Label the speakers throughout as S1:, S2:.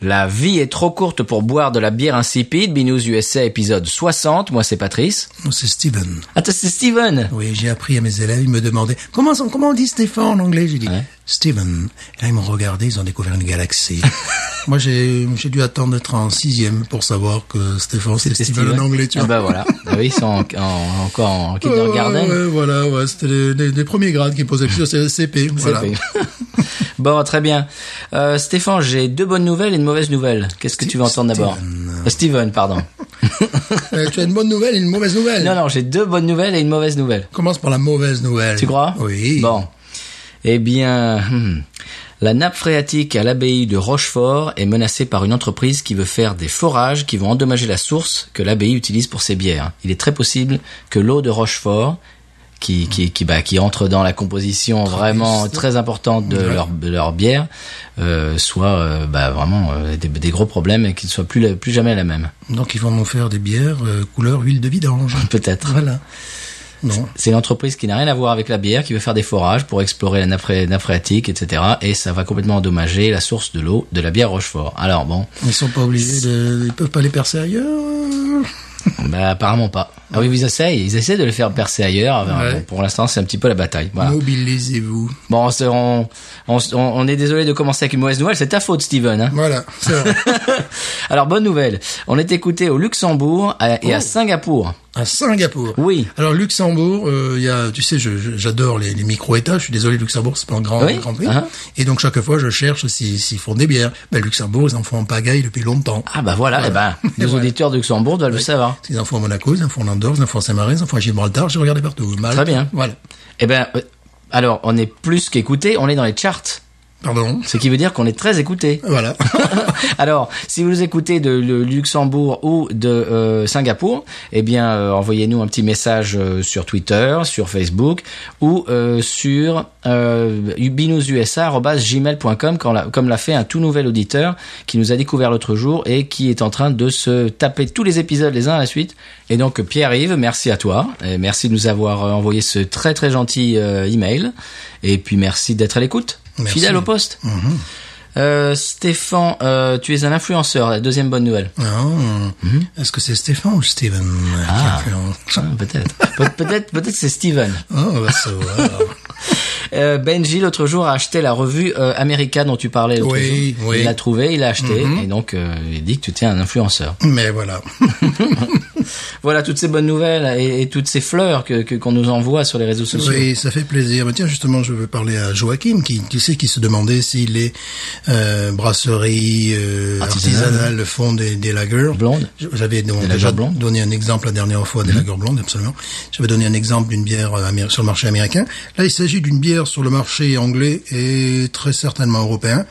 S1: La vie est trop courte pour boire de la bière insipide. Binous USA épisode 60. Moi, c'est Patrice.
S2: Non, c'est Steven.
S1: Attends, Ah, c'est Steven.
S2: Oui, j'ai appris à mes élèves, ils me demandaient comment, on- comment on dit Stéphane en anglais. J'ai dit Steven. Là, ils m'ont regardé, ils ont découvert une galaxie. Moi, j'ai j'ai dû attendre d'être en sixième pour savoir que Stéphane, c'était Steven, en anglais, tu
S1: Ah
S2: vois. Oh,
S1: bah voilà. Ah oui, ils sont en- en- encore en kindergarten.
S2: Ouais, ouais, voilà, ouais, c'était les, les- les premiers grades qui me posaient plus, c'était le CP. Voilà.
S1: C'est fait. bon, très bien. Euh, Stéphane, j'ai deux bonnes nouvelles et une mauvaise nouvelle. Qu'est-ce que tu veux entendre d'abord Euh, Steven, pardon.
S2: Euh, tu as une bonne nouvelle et une mauvaise nouvelle.
S1: non, non, j'ai deux bonnes nouvelles et une mauvaise nouvelle.
S2: Commence par la mauvaise nouvelle.
S1: Tu crois
S2: Oui.
S1: Bon. Eh bien, hmm, la nappe phréatique à l'abbaye de Rochefort est menacée par une entreprise qui veut faire des forages qui vont endommager la source que l'abbaye utilise pour ses bières. Il est très possible que l'eau de Rochefort, qui, qui, qui, bah, qui entre dans la composition vraiment très importante de, leur, de leur bière, euh, soit euh, bah, vraiment euh, des, des gros problèmes et qu'ils ne soient plus, la- plus jamais la même.
S2: Donc, ils vont nous faire des bières euh, couleur huile de vidange.
S1: Peut-être.
S2: Voilà. Non.
S1: C'est une entreprise qui n'a rien à voir avec la bière, qui veut faire des forages pour explorer la nappe, phré- nappe phréatique, etc. Et ça va complètement endommager la source de l'eau de la bière Rochefort. Alors bon,
S2: Ils sont pas obligés de. Ils peuvent pas les percer ailleurs.
S1: bah apparemment pas. Ah oui, ils essayent, ils essaient de le faire percer ailleurs. Enfin,
S2: Ouais.
S1: bon, pour l'instant, c'est un petit peu la bataille. Voilà.
S2: Mobilisez-vous.
S1: Bon, on, se- on, on, se- on- on est désolé de commencer avec une mauvaise nouvelle. C'est ta faute, Steven. hein.
S2: Voilà, c'est vrai.
S1: Alors bonne nouvelle, on est écouté au Luxembourg à- et à Singapour.
S2: à Singapour.
S1: Oui.
S2: Alors Luxembourg, euh, il y a, tu sais, je- je- j'adore les, les micro-États. Je suis désolé, Luxembourg, c'est pas un grand,
S1: Oui,
S2: grand pays.
S1: hein.
S2: Et donc chaque fois, je cherche si- s'ils font des bières. Ben Luxembourg, ils en font en pagaille depuis longtemps.
S1: Ah bah voilà, eh ben, nos
S2: voilà.
S1: auditeurs de Luxembourg doivent le savoir.
S2: Ils en font à Monaco, ils en font en Andorre, ils en font à Saint-Marin, ils en font à Gibraltar. J'ai regardé partout. Malte.
S1: Très bien.
S2: Voilà.
S1: Eh ben, euh, alors on est plus qu'écouté, on est dans les charts.
S2: Pardon.
S1: Ce qui veut dire qu'on est très écouté.
S2: Voilà.
S1: Alors, si vous nous écoutez de le Luxembourg ou de euh, Singapour, eh bien, euh, envoyez-nous un petit message euh, sur Twitter, sur Facebook ou euh, sur euh, binoususa@gmail.com, quand la- comme l'a fait un tout nouvel auditeur qui nous a découvert l'autre jour et qui est en train de se taper tous les épisodes les uns à la suite. Et donc, Pierre-Yves, merci à toi. Et merci de nous avoir euh, envoyé ce très très gentil euh, email. Et puis, merci d'être à l'écoute,
S2: Merci.
S1: fidèle au poste. Euh, Stéphane, euh, tu es un influenceur, la deuxième bonne nouvelle.
S2: Non. Ah. Est-ce que c'est Stéphane ou Steven qui
S1: Mm-hmm. Ah.
S2: influence
S1: Ah, Peut-être. Pe- peut-être peut-être c'est Steven.
S2: Oh, on va savoir.
S1: Euh, Benji, l'autre jour, a acheté la revue euh, America dont tu parlais l'autre
S2: Oui,
S1: jour.
S2: oui. Mm-hmm.
S1: Il l'a trouvée, il l'a achetée, et donc euh, il dit que tu étais un influenceur.
S2: Mais voilà.
S1: Voilà toutes ces bonnes nouvelles et, et toutes ces fleurs que que- qu'on nous envoie sur les réseaux sociaux.
S2: Oui, ça fait plaisir. Mais tiens, justement, je veux parler à Joachim, qui, tu sais, qui se demandait si les euh, brasseries euh,
S1: Artisanales.
S2: artisanales le font des, des lagers.
S1: Blondes.
S2: Je- J'avais donc
S1: lagers Mm-hmm.
S2: déjà
S1: blondes.
S2: donné un exemple la dernière fois des lagers blondes, absolument. J'avais donné un exemple d'une bière euh, améri- sur le marché américain. Là, il s'agit d'une bière sur le marché anglais et très certainement européen.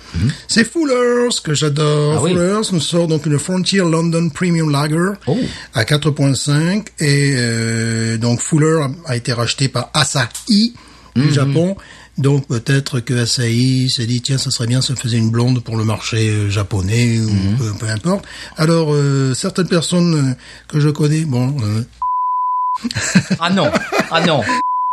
S2: C'est Fuller's, que j'adore.
S1: Mm-hmm. Ah oui.
S2: Fuller's nous sort donc une Frontier London Premium Lager
S1: Oh.
S2: à 4.5 et euh, donc Fuller a été racheté par Asahi du Japon. Donc peut-être que Asahi s'est dit tiens ça serait bien si on faisait une blonde pour le marché euh, japonais ou peu, peu importe. Alors euh, certaines personnes euh, que je connais bon euh,
S1: Ah non, ah non.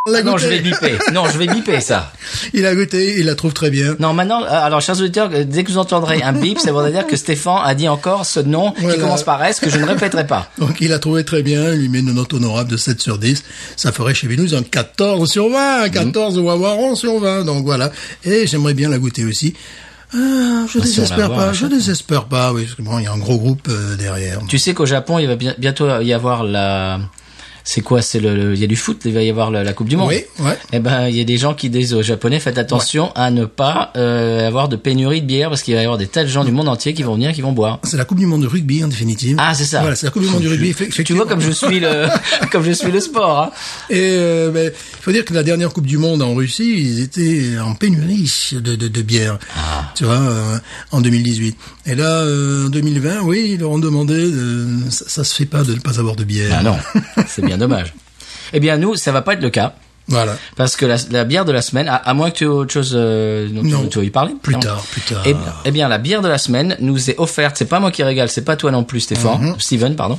S2: l'a
S1: Non,
S2: goûté.
S1: je vais biper. Non, je vais biper ça.
S2: il a goûté, il la trouve très bien.
S1: Non, maintenant, euh, alors, chers auditeurs, euh, dès que vous entendrez un bip, ça voudrait dire que Stéphane a dit encore ce nom qui
S2: Voilà.
S1: commence par S que je ne répéterai pas.
S2: Donc il a trouvé très bien, il lui met une note honorable de 7 sur 10. Ça ferait chez Binous un 14 sur 20, un 14 ou avoir 11 sur 20. Donc voilà. Et j'aimerais bien la goûter aussi. Ah,
S1: si on
S2: je
S1: la
S2: désespère
S1: voit,
S2: pas,
S1: hein,
S2: je désespère pas. Oui, parce que bon, il y a un gros groupe euh, derrière.
S1: Tu sais qu'au Japon, il va bien- bientôt y avoir la C'est quoi C'est le, le- il y a du foot, il va y avoir la, la Coupe du Monde.
S2: Oui, ouais.
S1: Eh ben, il y a des gens qui disent aux Japonais, faites attention à ne pas euh, avoir de pénurie de bière parce qu'il va y avoir des tas de gens du monde entier qui vont venir, qui vont boire.
S2: C'est la Coupe du Monde de rugby, en définitive.
S1: Ah, c'est ça.
S2: Voilà, c'est la Coupe du Monde du rugby. effe-
S1: Tu vois comme je suis le, comme je suis le sport. Hein.
S2: Et euh, ben, faut dire que la dernière Coupe du Monde en Russie, ils étaient en pénurie de, de, de bière,
S1: Ah.
S2: tu vois, euh, en 2018. Et là, euh, en 2020, oui, ils leur ont demandé, de- ça, ça se fait pas de ne pas avoir de bière.
S1: Ah non, c'est bien dommage. Eh bien, nous, ça va pas être le cas.
S2: Voilà.
S1: Parce que la, la bière de la semaine, à, à moins que tu aies autre chose euh, dont tu-
S2: Non.
S1: tu veux y parler.
S2: Plus tard, plus tard.
S1: Eh, bien- eh bien, la bière de la semaine nous est offerte. C'est pas moi qui régale, c'est pas toi non plus, Stéphane, Steven, pardon.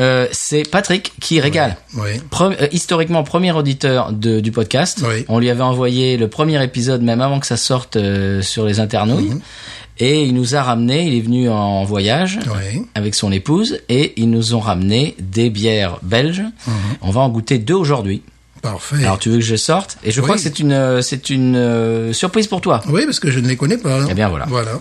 S1: Euh, c'est Patrick qui régale.
S2: Mhm. Oui.
S1: Pre- euh, historiquement, premier auditeur de- du podcast.
S2: Oui.
S1: On lui avait envoyé le premier épisode, même avant que ça sorte euh, sur les internautes.
S2: Mhm.
S1: Et il nous a ramené, il est venu en voyage
S2: Oui.
S1: avec son épouse, et ils nous ont ramené des bières belges.
S2: Mhm.
S1: On va en goûter deux aujourd'hui.
S2: Parfait.
S1: Alors tu veux que je sorte Et je crois
S2: Oui.
S1: que c'est une euh, c'est une euh, surprise pour toi.
S2: Oui, parce que je ne les connais pas.
S1: Eh bien, voilà.
S2: Voilà.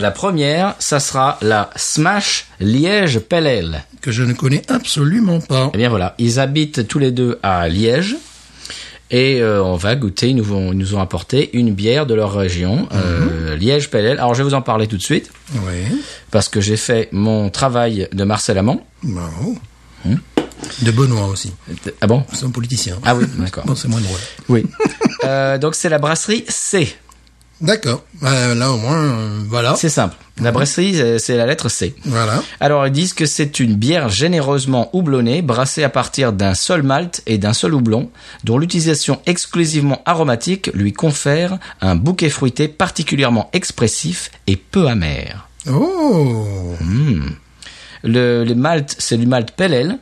S1: La première, ça sera la Smash Liège Pellel.
S2: Que je ne connais absolument pas.
S1: Eh bien voilà, ils habitent tous les deux à Liège. Et euh, on va goûter, ils nous, vont- ils nous ont apporté une bière de leur région, euh, Liège Pellel. Alors je vais vous en parler tout de suite,
S2: Oui.
S1: parce que j'ai fait mon travail de Marcel Amand.
S2: Bravo. De Benoît aussi.
S1: Ah bon
S2: C'est un politicien.
S1: Hmm. Ah oui, d'accord.
S2: Bon, c'est moins drôle.
S1: Oui. Euh, donc c'est la brasserie C.
S2: D'accord. Euh, là, au moins, euh, voilà.
S1: C'est simple. La brasserie, c'est- c'est la lettre C.
S2: Voilà.
S1: Alors ils disent que c'est une bière généreusement houblonnée, brassée à partir d'un seul malt et d'un seul houblon, dont l'utilisation exclusivement aromatique lui confère un bouquet fruité particulièrement expressif et peu amer.
S2: Oh.
S1: Le, le malt, c'est du malt Pellel,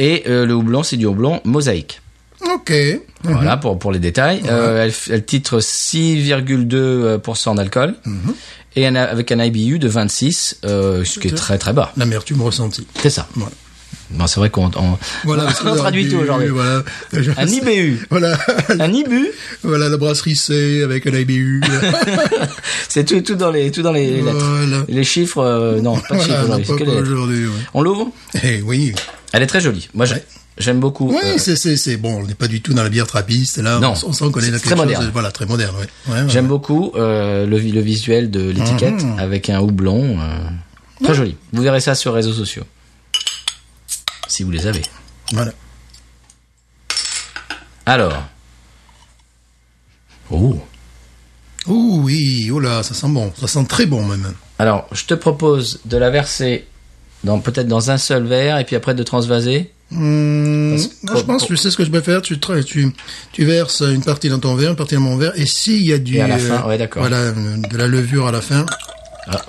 S1: et euh, le houblon, c'est du houblon mosaïque.
S2: Ok. Mhm.
S1: Voilà pour, pour les détails. Euh, elle, f- elle titre 6,2% d'alcool, et un- avec un IBU de 26, euh, ce qui est très très bas.
S2: L'amertume ressentie.
S1: C'est ça.
S2: Voilà.
S1: Bon, c'est vrai qu'on on,
S2: Voilà.
S1: on
S2: parce que là,
S1: traduit
S2: du-
S1: tout aujourd'hui.
S2: Voilà.
S1: Un IBU.
S2: Voilà.
S1: Un IBU,
S2: voilà la brasserie C avec un IBU.
S1: c'est tout, tout dans les, tout dans les lettres.
S2: voilà.
S1: Les chiffres, euh, non, pas de
S2: Voilà,
S1: chiffres
S2: non,
S1: aujourd'hui,
S2: pas
S1: c'est que les
S2: comme
S1: lettres.
S2: aujourd'hui. ouais.
S1: On l'ouvre
S2: Eh oui.
S1: Elle est très jolie. Moi, j'ai-
S2: Ouais.
S1: j'aime beaucoup.
S2: Oui,
S1: euh,
S2: c'est, c'est, c'est bon. On n'est pas du tout dans la bière trappiste. Là,
S1: Non.
S2: on, on sent qu'on est
S1: C'est
S2: dans
S1: très
S2: quelque chose
S1: moderne.
S2: de- voilà, très moderne. Ouais. Ouais, ouais,
S1: J'aime
S2: ouais.
S1: beaucoup euh, le, vi- le visuel de l'étiquette
S2: Mhm.
S1: avec un houblon. euh, très joli. Vous verrez ça sur les réseaux sociaux. Si vous les avez.
S2: Voilà.
S1: Alors. Oh.
S2: Oh oui. Oh là, ça sent bon. Ça sent très bon même.
S1: Alors, je te propose de la verser dans peut-être dans un seul verre et puis après de transvaser.
S2: Hum,
S1: Parce-
S2: moi, je
S1: pour-
S2: pense,
S1: pour-
S2: tu sais ce que je préfère. Tu, tra- tu, tu verses une partie dans ton verre, une partie dans mon verre, et s'il y a du,
S1: Et à la
S2: euh,
S1: fin, ouais, d'accord.
S2: voilà, euh, de la levure à la fin.
S1: Ah,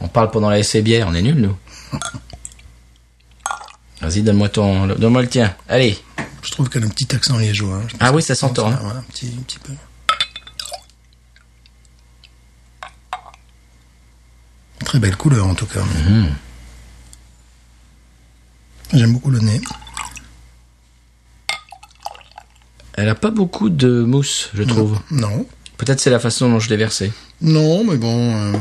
S1: on parle pendant la essai bière, on est nuls, nous. Vas-y, donne-moi ton, le- donne-moi le tien. Allez.
S2: Je trouve qu'elle a un petit accent liégeois. hein. Je pense
S1: Ah oui,
S2: que-
S1: ça s'entend, hein.
S2: Voilà, un petit, un petit peu. Très belle couleur en tout cas.
S1: Mmh.
S2: J'aime beaucoup le nez.
S1: Elle a pas beaucoup de mousse, je trouve.
S2: Non,
S1: Peut-être c'est la façon dont je l'ai versée.
S2: non, mais bon. euh,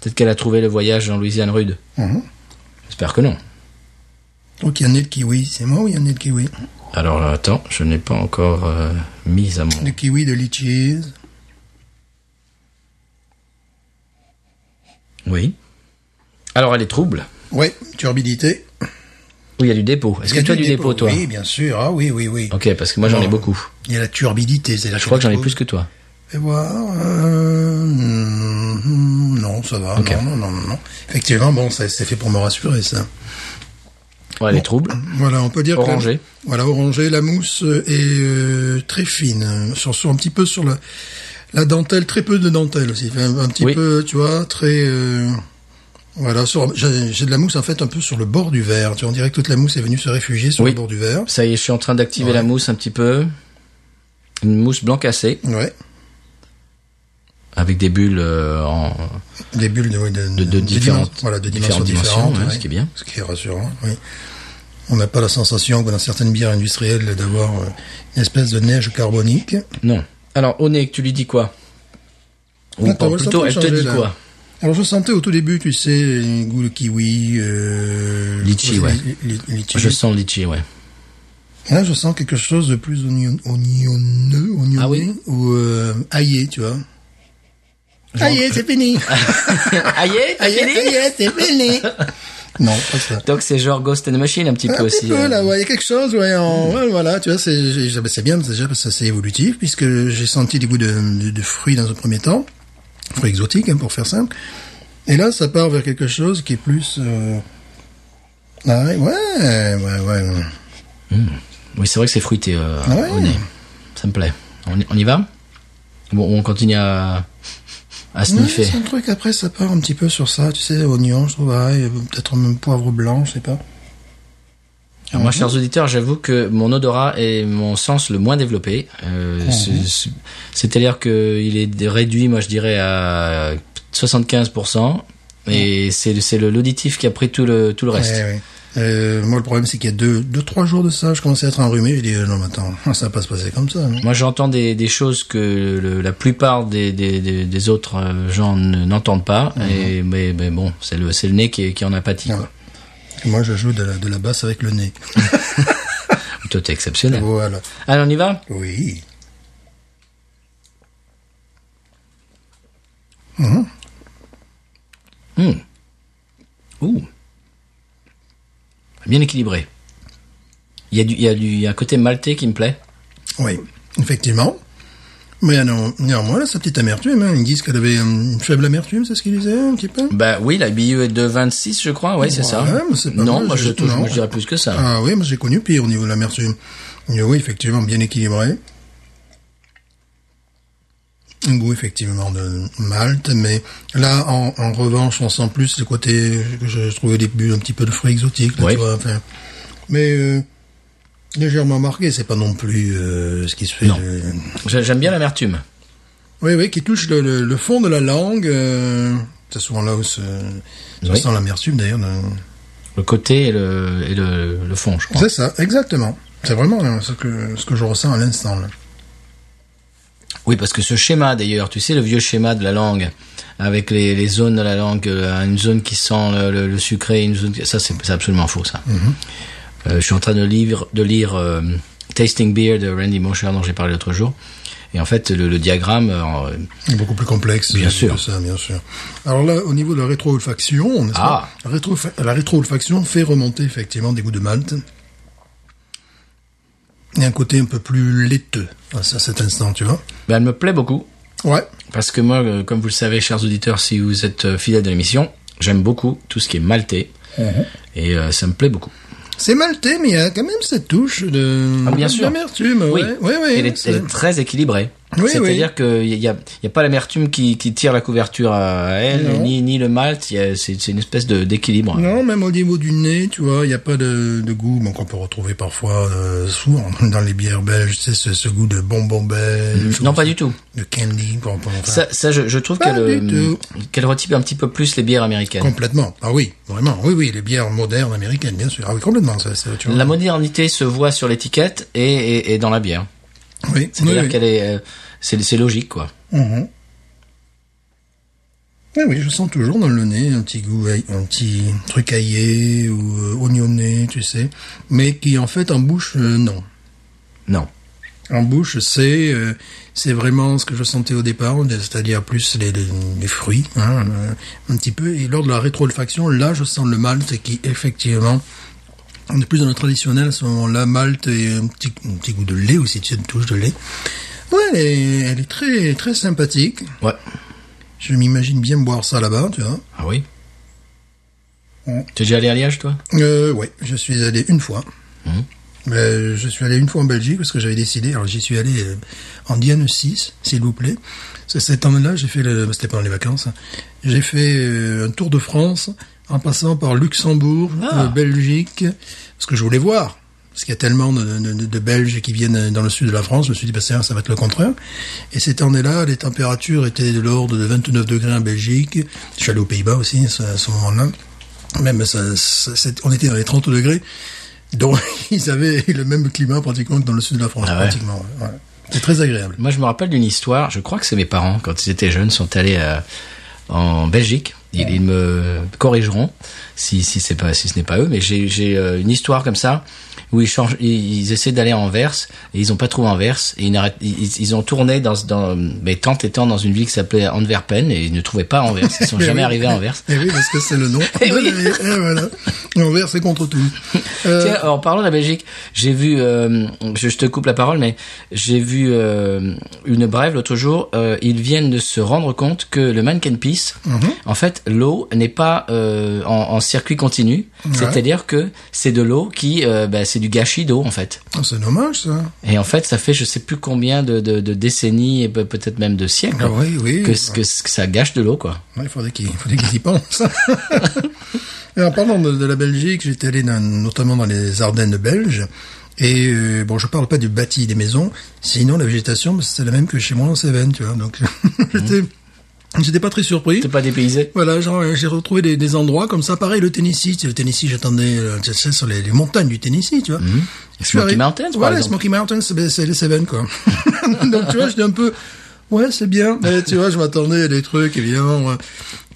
S1: Peut-être qu'elle a trouvé le voyage en Louisiane rude.
S2: mhm.
S1: J'espère que non.
S2: Je trouve qu'il Oh, y a un nez de kiwi. C'est moi ou il y a un nez de kiwi
S1: Alors là, attends, je n'ai pas encore euh, mis à mon.
S2: De kiwi, de litchis.
S1: Oui. Alors elle est trouble.
S2: Ouais, turbidité.
S1: Oui, il y a du dépôt. Est-ce
S2: Il y
S1: que
S2: a
S1: tu as du dépôt, toi
S2: Oui, bien sûr. Ah oui, oui, oui.
S1: Ok, parce que moi j'en ai
S2: Non.
S1: beaucoup.
S2: Il y a la turbidité, c'est la
S1: Je crois que j'en ai plus que toi.
S2: Fais voir. euh, mm, non, ça va.
S1: Ok.
S2: Non, non, non, non. Effectivement, bon, ça- c'est fait pour me rassurer, ça.
S1: Ouais,
S2: Oh.
S1: elle est trouble.
S2: Voilà, on peut dire que-
S1: Orangé.
S2: voilà, orangé. La mousse est euh, très fine, euh, sur, sur un petit peu sur la, la dentelle, très peu de dentelle aussi. Enfin, un, petit
S1: Oui.
S2: peu, tu vois, très. euh, voilà, sur- j'ai j'ai de la mousse en fait un peu sur le bord du verre. Tu vois, on dirait que toute la mousse est venue se réfugier sur
S1: Oui.
S2: le bord du verre.
S1: Ça y est, je suis en train d'activer
S2: Ouais.
S1: la mousse un petit peu. Une mousse blanc cassée,
S2: Ouais.
S1: avec des bulles euh, en...
S2: Des bulles de, de,
S1: de
S2: des
S1: différentes-
S2: dimensions- voilà, de dimensions
S1: différentes dimensions,
S2: différentes,
S1: ouais,
S2: ouais.
S1: ce qui est bien.
S2: Ce qui est rassurant, oui. On n'a pas la sensation, que dans certaines bières industrielles, d'avoir euh, une espèce de neige carbonique.
S1: Non. Alors, au nez, tu lui dis quoi Ou
S2: Attends,
S1: pas,
S2: ouais, ça
S1: plutôt,
S2: peut
S1: elle te
S2: changer,
S1: dit
S2: là.
S1: quoi
S2: Alors je sentais au tout début, tu sais, les goûts de kiwi, euh,
S1: Litchi,
S2: comment ça
S1: ouais.
S2: s'appelle, li- li- litchi.
S1: Je sens le litchi, ouais.
S2: Là, je sens quelque chose de plus oignon, oignonneux, oignonné,
S1: Ah oui
S2: ou euh, aillé, tu vois. Aillé, c'est fini.
S1: Aïe, t'as
S2: aillé,
S1: fini
S2: aillé, c'est fini. non, pas ça.
S1: Donc c'est genre Ghost in the Machine un petit
S2: Un
S1: peu aussi.
S2: petit peu,
S1: euh. Hmm.
S2: là, ouais, il y a quelque chose, ouais, en- ouais, voilà, tu vois, c'est, j'ai- j'ai- bah, c'est bien, déjà, parce que c'est évolutif, puisque j'ai senti des goûts de, de- de fruits dans un premier temps, fruits exotiques, hein, pour faire simple. Et là, ça part vers quelque chose qui est plus, euh, ah ouais, ouais, ouais, ouais.
S1: Oui, c'est vrai que c'est fruité euh,
S2: Ah ouais.
S1: au nez. Ça me plaît. On y, on y va Bon, on continue à, à
S2: Non,
S1: sniffer.
S2: c'est un truc, après, ça part un petit peu sur ça, tu sais, oignon, je trouve, ouais, et peut-être même poivre blanc, je sais pas.
S1: Alors,
S2: Mhm.
S1: moi, chers auditeurs, j'avoue que mon odorat est mon sens le moins développé. Euh,
S2: Mhm.
S1: c'est- c'est- C'est-à-dire qu'il est réduit, moi, je dirais, à 75%. Et c'est c'est le- l'auditif qui a pris tout le, tout le reste.
S2: Mhm. Ouais, ouais. Euh, moi, le problème, c'est qu'il y a deux, deux, trois jours de ça, je commençais à être enrhumé, j'ai dit, euh, non, mais attends, ça va pas se passer comme ça, hein. non?
S1: Moi, j'entends des, des choses que le- la plupart des, des, des, des autres euh, gens ne- n'entendent pas. Et, mais, mais bon, c'est le, c'est le nez qui, qui en a pâti.
S2: Ah
S1: quoi.
S2: Mhm. ouais. Moi, je joue de la, de la basse avec le nez.
S1: Toi, t'es exceptionnel.
S2: Voilà.
S1: Allez, on y va
S2: Oui. Mhm.
S1: Ouh. Bien équilibré. Il y, a du, il, y a du, il y a un côté maltais qui me plaît.
S2: Oui, effectivement. Mais non, néanmoins, là, sa petite amertume, hein. ils disent qu'elle avait hum, une faible amertume, c'est ce qu'ils disaient, un petit peu
S1: Bah oui, la BU est de 26, je crois. Oui, c'est ça.
S2: Ouais, mais c'est pas
S1: non,
S2: mal,
S1: moi, je,
S2: j'ai-
S1: touche,
S2: non.
S1: moi, je dirais plus que ça.
S2: Ah oui, moi j'ai connu pire au niveau de l'amertume. Mais Euh, oui, effectivement, bien équilibré. Un goût effectivement de malt, mais là en, en revanche on sent plus le côté que je trouvais au début un petit peu de fruits exotiques, là,
S1: Oui.
S2: tu vois, enfin. mais euh, légèrement marqué, c'est pas non plus euh, ce qui se fait.
S1: Non.
S2: de-
S1: J'a- J'aime bien l'amertume.
S2: Oui, oui, qui touche le, le- le fond de la langue. euh, c'est souvent là où se, se
S1: Oui.
S2: sent l'amertume d'ailleurs. dans-
S1: Le côté et le, et le, le fond, je crois.
S2: C'est ça, exactement. C'est vraiment euh, ce que, ce que je ressens à l'instant. là.
S1: Oui, parce que ce schéma, d'ailleurs, tu sais, le vieux schéma de la langue, avec les, les zones de la langue, euh, une zone qui sent le, le- le sucré, une zone... qui- Ça, c'est c'est absolument faux, ça.
S2: Mm-hmm.
S1: Euh, je suis en train de lire, de lire euh, Tasting Beer de Randy Mosher, dont j'ai parlé l'autre jour. Et en fait, le, le diagramme... euh,
S2: C'est beaucoup plus complexe
S1: Bien
S2: euh,
S1: sûr.
S2: que ça, bien sûr. Alors là, au niveau de la rétro-olfaction, n'est-ce
S1: Ah.
S2: pas, la rétro- la rétro-olfaction fait remonter effectivement des goûts de malt. Il y a un côté un peu plus laiteux à ce- à cet instant, tu vois.
S1: ben, elle me plaît beaucoup.
S2: Ouais,
S1: Parce que moi, euh, comme vous le savez, chers auditeurs, si vous êtes euh, fidèles de l'émission, j'aime beaucoup tout ce qui est maltais.
S2: Mhm.
S1: Et euh, ça me plaît beaucoup.
S2: c'est maltais, mais il y a quand même cette touche de
S1: Ah, bien sûr.
S2: d'amertume.
S1: Oui,
S2: ouais, ouais, ouais,
S1: elle, est,
S2: c'est-
S1: elle est très équilibrée.
S2: Oui,
S1: C'est-à-dire qu'il n'y a, y a pas l'amertume qui, qui tire la couverture à elle,
S2: Non.
S1: ni, ni le malt. y a- C'est c'est une espèce de- d'équilibre.
S2: Non, même au niveau du nez, tu vois, il n'y a pas de, de goût bon, qu'on peut retrouver parfois euh, souvent dans les bières belges, tu sais, ce, ce goût de bonbon belge.
S1: Mm-hmm. Non,
S2: ou
S1: pas du tout.
S2: De candy, quoi, on peut en faire.
S1: Ça, ça, je, je trouve
S2: Pas
S1: qu'elle
S2: du
S1: euh,
S2: tout.
S1: qu'elle retype un petit peu plus les bières américaines.
S2: Complètement. Ah oui, vraiment. Oui, oui, les bières modernes américaines, bien sûr. Ah oui, complètement, ça, ça, tu vois.
S1: La modernité se voit sur l'étiquette et, et, et dans la bière.
S2: oui,
S1: C'est-à-dire
S2: oui, oui.
S1: qu'elle est, euh, c'est c'est logique, quoi.
S2: Mhm. Oui, oui, je sens toujours dans le nez un petit goût, ail- un petit truc aillé ou euh, oignonné, tu sais, mais qui en fait en bouche, euh, non.
S1: Non.
S2: En bouche, c'est euh, c'est vraiment ce que je sentais au départ, c'est-à-dire plus les, les, les fruits, hein, euh, un petit peu. Et lors de la rétro-olfaction, là, je sens le malt qui, effectivement, on est plus dans le traditionnel à ce moment-là, malt et un petit, un petit goût de lait aussi, tu sais, une touche de lait. Ouais, elle est, elle est très, très sympathique.
S1: Ouais.
S2: Je m'imagine bien boire ça là-bas, tu vois.
S1: Ah oui
S2: Mm.
S1: T'es déjà allé à Liège, toi
S2: Euh, ouais, je suis allé une fois. Euh, je suis allé une fois en Belgique parce que j'avais décidé. Alors j'y suis allé euh, en Diane 6, s'il vous plaît. C'est Cet année-là, j'ai fait. Le, c'était pendant les vacances. hein. J'ai fait euh, un tour de France en passant par Luxembourg,
S1: Ah.
S2: euh, Belgique, parce que je voulais voir. Parce qu'il y a tellement de, de- de- de Belges qui viennent euh, dans le sud de la France, je me suis dit, bah, ça, ça va être le contraire. Et cette année-là, les températures étaient de l'ordre de 29 degrés en Belgique. Je suis allé aux Pays-Bas aussi à ce à ce moment-là même ça, ça- c'est- on était dans les 30 degrés, donc ils avaient le même climat pratiquement que dans le sud de la France,
S1: Ah ouais.
S2: pratiquement. ouais. C'est très agréable.
S1: Moi, je me rappelle d'une histoire. Je crois que c'est mes parents, quand ils étaient jeunes, sont allés à, en Belgique. Ils, ils me corrigeront si, si, c'est pas, si ce n'est pas eux, mais j'ai, j'ai euh, une histoire comme ça où ils, changent, ils, ils essaient d'aller en verse et ils n'ont pas trouvé en verse. Et ils, n'arrêtent- ils, ils ont tourné dans, dans, mais tant étant dans une ville qui s'appelait Antwerpen et ils ne trouvaient pas Anvers. Ils sont
S2: Mais
S1: jamais
S2: oui.
S1: arrivés à Anvers.
S2: Eh oui, parce que c'est le nom.
S1: Eh oui.
S2: Eh, voilà. L'envers, c'est contre tout. Euh,
S1: Tiens, en parlant de la Belgique, j'ai vu, euh, je, je te coupe la parole, mais j'ai vu euh, une brève l'autre jour. euh, ils viennent de se rendre compte que le Mannequin Peace,
S2: Mhm.
S1: en fait, l'eau n'est pas euh, en, en circuit continu. C'est-à-dire que c'est de l'eau qui, euh, bah, c'est du gâchis d'eau en fait.
S2: oh, c'est dommage, ça.
S1: Et en fait, ça fait je sais plus combien de, de, de décennies et pe- peut-être même de siècles
S2: Ah oui, oui.
S1: que, ce- que, ce- que ça gâche de l'eau quoi.
S2: Ouais, il faudrait qu'ils faudrait qu'ils y pensent. et en parlant de, de la Belgique, j'étais allé dans- notamment dans les Ardennes belges. Et euh, bon, je parle pas du bâti des maisons, sinon la végétation, c'est la même que chez moi en Cévennes, tu vois. Donc, j'étais
S1: Mmh.
S2: j'étais pas très surpris.
S1: T'es pas dépaysé
S2: Voilà, genre, euh, j'ai retrouvé des, des endroits comme ça. Pareil, le Tennessee, tu sais, le Tennessee, j'attendais, euh, tu sais, sur les, les montagnes du Tennessee, tu vois. Je suis
S1: Mhm. Smoky
S2: arrivé-
S1: Mountains, par
S2: Voilà,
S1: exemple.
S2: Smoky Mountains, c'est- ben, c'est les Seven, quoi. Donc, tu vois, j'étais un peu, ouais, c'est bien. Mais, tu vois, je m'attendais à des trucs, évidemment. ouais.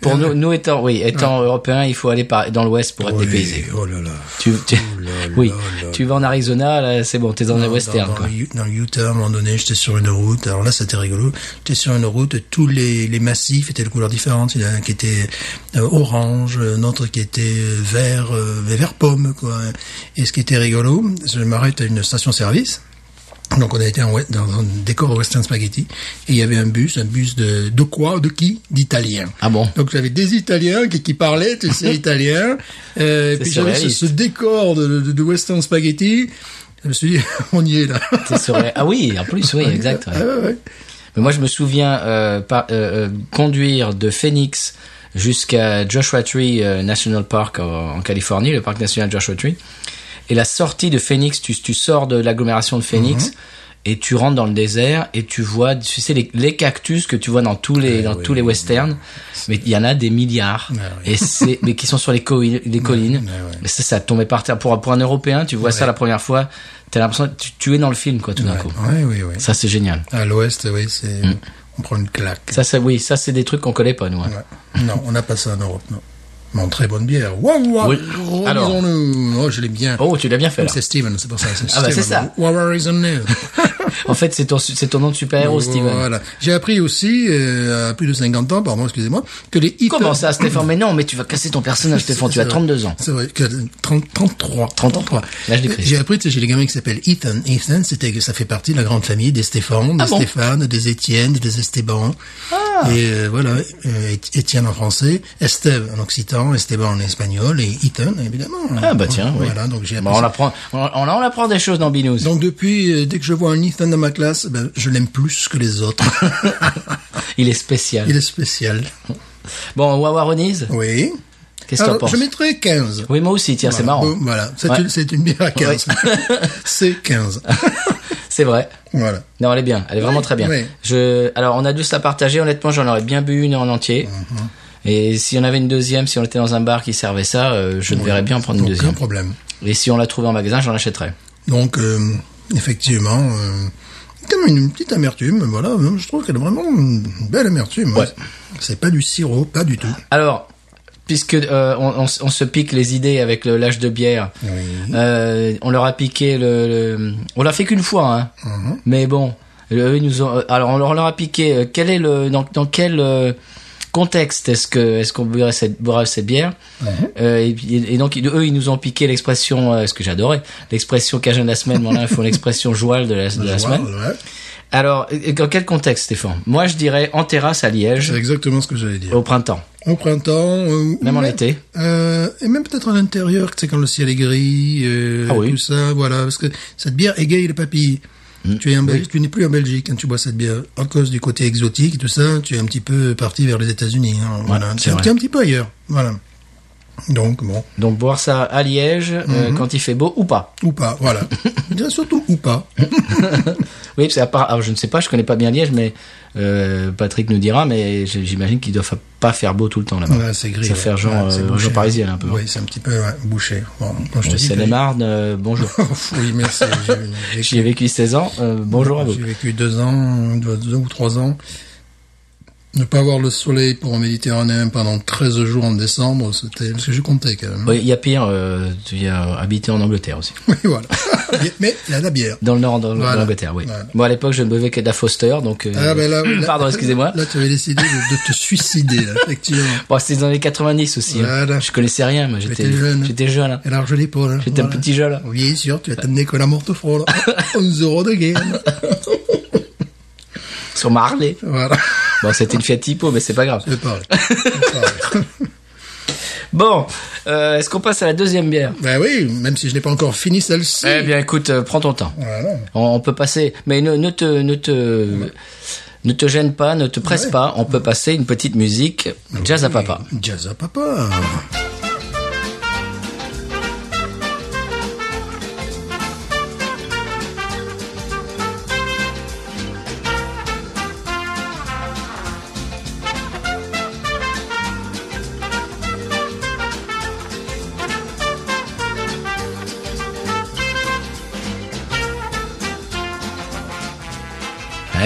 S1: Pour nous, nous étant oui étant européens, il faut aller par, dans l'Ouest pour être
S2: Ouais,
S1: dépaysé.
S2: Oh là là.
S1: Tu, tu-
S2: là
S1: oui,
S2: là
S1: tu vas en Arizona, là, c'est bon, t'es dans le
S2: Dans-
S1: western.
S2: dans,
S1: quoi.
S2: le U- dans le Utah, à un moment donné, j'étais sur une route. Alors là, c'était rigolo. J'étais sur une route, tous les, les massifs étaient de couleurs différentes. Il y en a un qui était euh, orange, un autre qui était euh, vert, euh, vert pomme, quoi. Et ce qui était rigolo, je m'arrête à une station-service. Donc on a été en we- dans un décor western spaghetti et il y avait un bus, un bus de de quoi, de qui, d'Italiens.
S1: Ah bon
S2: Donc j'avais des Italiens qui, qui parlaient, tu sais, italien. Euh, et puis j'avais ce,
S1: surréaliste.
S2: ce décor de, de, de western spaghetti. Je me suis dit, on y est là.
S1: T'es sur- Ah oui, en plus, oui, exact. ouais.
S2: Ah ouais, ouais.
S1: Mais moi, je me souviens euh, par- euh, euh, conduire de Phoenix jusqu'à Joshua Tree euh, National Park en, en Californie, le parc national Joshua Tree. Et la sortie de Phoenix, tu, tu sors de l'agglomération de
S2: Mhm.
S1: Phoenix et tu rentres dans le désert et tu vois, tu sais, les, les cactus que tu vois dans tous
S2: Eh
S1: les, dans tous les westerns. Mais il y en a des milliards.
S2: Ah oui.
S1: Et c'est, mais qui sont sur les, co- les collines.
S2: ouais, ouais.
S1: Mais ça, ça tombait par terre. Pour, pour un Européen, tu vois ça la première fois, t'as l'impression que tu, tu es dans le film, quoi, tout d'un coup.
S2: Ouais, ouais, ouais.
S1: Ça, c'est génial.
S2: À l'ouest, oui, c'est, on prend une claque.
S1: Ça, ça, oui, ça, c'est des trucs qu'on connaît pas, nous. hein.
S2: Ouais. Non, on n'a pas ça en Europe, non. Mais en très bonne bière. Waouh, waouh,
S1: Oui. Alors.
S2: nous Oh, je l'ai bien.
S1: Oh, tu l'as bien fait, là.
S2: c'est Steven, c'est pour ça.
S1: Ah bah, c'est ça.
S2: Waouh, nous
S1: En fait, c'est ton, c'est ton nom de super-héros, Steven.
S2: Voilà. J'ai appris aussi, euh, à plus de 50 ans, pardon, excusez-moi, que les hits...
S1: Comment ça, Stéphane Mais non, mais tu vas casser ton personnage, Stéphane. Tu as
S2: C'est vrai.
S1: 32 ans.
S2: C'est vrai, que 30, 33.
S1: 33. L'âge du Christ.
S2: J'ai appris, tu sais, j'ai les gamins qui s'appellent Ethan. Ethan, c'était que ça fait partie de la grande famille des Stéphane, des
S1: Ah bon Ah.
S2: Stéphane, des Étienne, des Esteban. Et euh, voilà, euh, Et- Étienne en français, Esteve en occitan, Esteban en espagnol et Ethan, évidemment.
S1: Ah, bah, tiens, oui.
S2: Voilà, donc j'ai appris
S1: Bon, on
S2: ça.
S1: apprend, on, on, on apprend des choses dans Binous.
S2: Donc depuis, euh, dès que je vois un Ethan dans ma classe, ben, je l'aime plus que les autres.
S1: Il est spécial.
S2: Il est spécial.
S1: Bon, Wawaronis,
S2: Oui.
S1: qu'est-ce que t'en
S2: Alors,
S1: penses
S2: je mettrais 15.
S1: Oui, moi aussi, tiens, Ah, c'est marrant.
S2: Bon, voilà, c'est
S1: Ouais.
S2: une, c'est une bière à 15. c'est 15.
S1: C'est vrai.
S2: Voilà.
S1: Non, elle est bien. Elle est vraiment très bien.
S2: oui.
S1: Je, alors, on a dû se la partager. Honnêtement, j'en aurais bien bu une en entier. Et si on avait une deuxième, si on était dans un bar qui servait ça, euh, je ne verrais bien en prendre une
S2: Aucun
S1: deuxième.
S2: problème.
S1: Et si on la trouvait en magasin, j'en achèterais.
S2: Donc, euh, effectivement, euh, comme une petite amertume, voilà, euh, je trouve qu'elle a vraiment une belle amertume.
S1: Ouais.
S2: C'est pas du sirop, pas du tout.
S1: Alors, puisque euh, on, on s- on se pique les idées avec le lâche de bière, euh, on leur a piqué le, le- on l'a fait qu'une fois, hein.
S2: Mhm.
S1: Mais bon, le- ils nous ont, euh, alors on leur, on leur a piqué. euh, Quel est le dans, dans quel euh, contexte est-ce que est-ce qu'on boirait cette boirait cette bière Euh, et, puis- et donc ils- eux ils nous ont piqué l'expression, euh, ce que j'adorais, l'expression cajun de la semaine. mais là ils font l'expression joual de la, de la
S2: Ouais,
S1: semaine.
S2: ouais.
S1: Alors, et- et dans quel contexte, Stéphane Moi, je dirais en terrasse à Liège
S2: C'est exactement ce que j'allais dire.
S1: au printemps,
S2: Au printemps, euh, ou
S1: Oh. même en été.
S2: Euh, et même peut-être à l'intérieur, tu sais, quand le ciel est gris, euh,
S1: Ah oui.
S2: tout ça, voilà, parce que cette bière égaye les papilles.
S1: Mmh.
S2: Tu es en Belgique, tu n'es plus en Belgique quand tu bois cette bière. À cause du côté exotique et tout ça, tu es un petit peu parti vers les États-Unis. hein, voilà,
S1: c'est
S2: tu es un
S1: vrai.
S2: tu es un petit peu ailleurs. Voilà. Donc bon,
S1: Donc boire ça à Liège euh,
S2: Mhm.
S1: quand il fait beau ou pas.
S2: ou pas, voilà. Je dirais surtout ou pas.
S1: Oui, parce qu'à part, alors, je ne sais pas, je connais pas bien Liège, mais euh, Patrick nous dira, mais j- j'imagine qu'il doit fa- pas faire beau tout le temps là-bas.
S2: Ouais, c'est gris.
S1: Ça
S2: ouais.
S1: fait genre,
S2: Ouais, c'est
S1: euh,
S2: bouché,
S1: genre
S2: hein.
S1: parisienne un peu.
S2: Oui, c'est un petit peu ouais, bouché. Bon, quand je te
S1: Le
S2: dis que-
S1: Seine-et-Marne, euh, bonjour.
S2: oui, merci. j'ai-
S1: J'y ai vécu 16 ans, euh, bonjour à vous.
S2: J'ai vécu deux ans, deux, deux ou trois ans Ne pas avoir le soleil pour un Méditerranéen pendant 13 jours en décembre, c'était ce que j'ai compté quand même.
S1: Oui, il y a pire, euh, il y a habité en Angleterre aussi.
S2: Oui, voilà. Bien, Mais il a la bière.
S1: Dans le nord, dans le-
S2: Voilà.
S1: dans l'Angleterre, oui.
S2: Voilà.
S1: Moi, à l'époque, je ne buvais que de la Foster, donc... euh,
S2: Ah, ben là, là-
S1: Pardon, excusez-moi.
S2: Là, tu avais décidé de, de te suicider, là, effectivement.
S1: Bon, c'était dans les 90 aussi. hein.
S2: Voilà.
S1: Je connaissais rien, moi. J'étais
S2: J'étais jeune.
S1: J'étais jeune. hein.
S2: Et alors, je l'épaule. hein.
S1: J'étais un petit jeu, là.
S2: Oui, sûr, tu as t'amener que la morte frôle. 11 euros de game.
S1: Sur ma Harley.
S2: Voilà.
S1: Bon, c'était une Fiat Tipo, mais c'est pas grave.
S2: C'est pareil. C'est pareil.
S1: Bon, euh, est-ce qu'on passe à la deuxième bière
S2: ben oui, même si je n'ai pas encore fini celle-ci.
S1: Eh bien, écoute, euh, prends ton temps.
S2: Voilà.
S1: On, on peut passer, mais ne, ne te, ne te, ne te gêne pas, ne te presse pas. On peut passer une petite musique jazz à papa.
S2: Jazz à papa.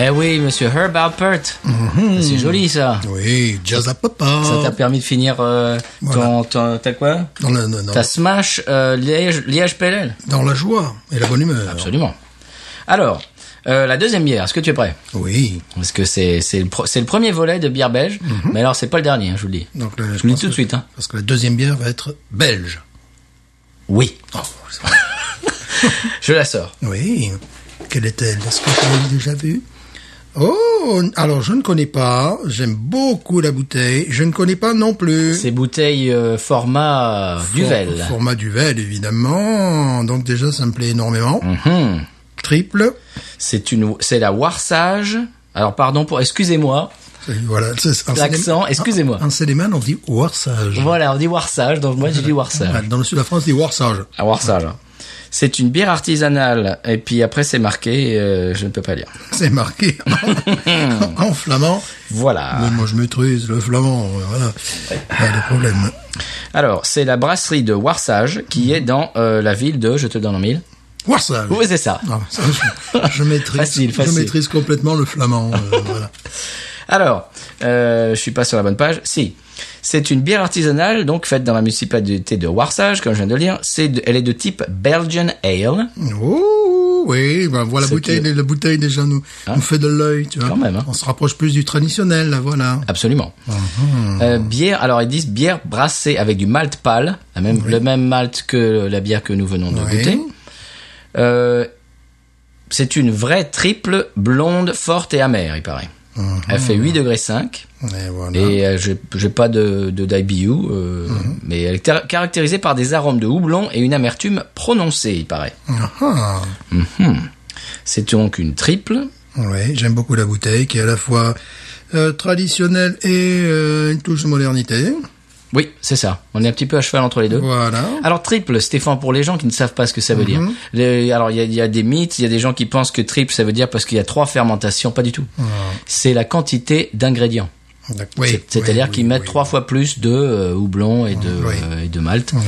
S1: Eh oui, Monsieur Herb Alpert.
S2: Mm-hmm.
S1: Ah, C'est joli ça.
S2: Oui, jazz à papa.
S1: Ça t'a permis de finir euh, ton, ton- t'as quoi
S2: Dans la, dans, dans-
S1: T'as Smash euh, Liège, Liège PLL.
S2: dans la joie et la bonne humeur.
S1: Absolument. Alors, euh, la deuxième bière. Est-ce que tu es prêt
S2: Oui.
S1: Parce que c'est c'est le, pro- c'est le premier volet de bière belge, mais alors c'est pas le dernier, hein, je vous le dis.
S2: Donc, là,
S1: Je vous le dis
S2: pense
S1: tout de
S2: que-
S1: suite, hein.
S2: Mm-hmm. Parce que la deuxième bière va être belge.
S1: Oui,
S2: Oh, c'est-
S1: je la sors.
S2: Oui. Quelle est-elle Est-ce que tu l'as déjà vue Oh, alors je ne connais pas. J'aime beaucoup la bouteille. Je ne connais pas non plus.
S1: Ces bouteilles euh, format euh, Duvel.
S2: For- Format Duvel, évidemment. Donc déjà, ça me plaît énormément.
S1: Mhm.
S2: Triple.
S1: C'est une, c'est la Warsage. Alors pardon pour, excusez-moi,
S2: Et Voilà. c'est- en
S1: L'accent,
S2: Céléman-
S1: excusez-moi.
S2: En Céléman, on dit Warsage.
S1: voilà, on dit Warsage, donc moi je dis Warsage.
S2: Dans le sud de la France, on dit Warsage.
S1: Ah, Warsage. C'est une bière artisanale, et puis après c'est marqué, euh, je ne peux pas lire.
S2: C'est marqué en, en flamand.
S1: Voilà.
S2: Mais moi, je maîtrise le flamand. euh, Voilà. Pas de problème.
S1: Alors, c'est la brasserie de Warsage qui est dans euh, la ville de, je te donne en mille.
S2: Warsage.
S1: Oui, c'est ça.
S2: Ah, ça, je, je maîtrise,
S1: Facile,
S2: je
S1: facile.
S2: maîtrise complètement le flamand. euh, voilà.
S1: Alors, euh, je suis pas sur la bonne page. Si. C'est une bière artisanale, donc faite dans la municipalité de Warsage, comme je viens de le lire. C'est de- elle est de type Belgian Ale.
S2: Oh oui, ben voilà
S1: Ce
S2: la bouteille,
S1: qui Ah.
S2: la bouteille déjà nous, nous fait de l'œil, tu vois.
S1: Quand même, hein.
S2: On se rapproche plus du traditionnel, là, voilà.
S1: Absolument. Euh, bière, alors ils disent bière brassée avec du malt pâle, la même, le même malt que la bière que nous venons de
S2: Oui.
S1: goûter. Euh, c'est une vraie triple blonde forte et amère, il paraît. Elle fait 8 degrés 5.
S2: Et voilà.
S1: Et euh, j'ai j'ai pas de, de d'IBU, euh, mais elle est car- caractérisée par des arômes de houblon et une amertume prononcée, il paraît.
S2: Ah, ah.
S1: C'est donc une triple.
S2: Oui, j'aime beaucoup la bouteille qui est à la fois euh, traditionnelle et euh, une touche de modernité.
S1: Euh. Oui, c'est ça. On est un petit peu à cheval entre les deux.
S2: Voilà.
S1: Alors triple, Stéphane, pour les gens qui ne savent pas ce que ça veut
S2: Mhm.
S1: dire. Les- alors il y a, il y a des mythes, il y a des gens qui pensent que triple, ça veut dire parce qu'il y a trois fermentations, pas du tout. C'est la quantité d'ingrédients.
S2: D'accord. Ah. Oui,
S1: C'est- Ah. C'est-à-dire
S2: oui,
S1: qu'ils
S2: oui,
S1: mettent
S2: oui.
S1: trois fois plus de euh, houblon et de,
S2: Oui.
S1: euh, et de malt
S2: Oui.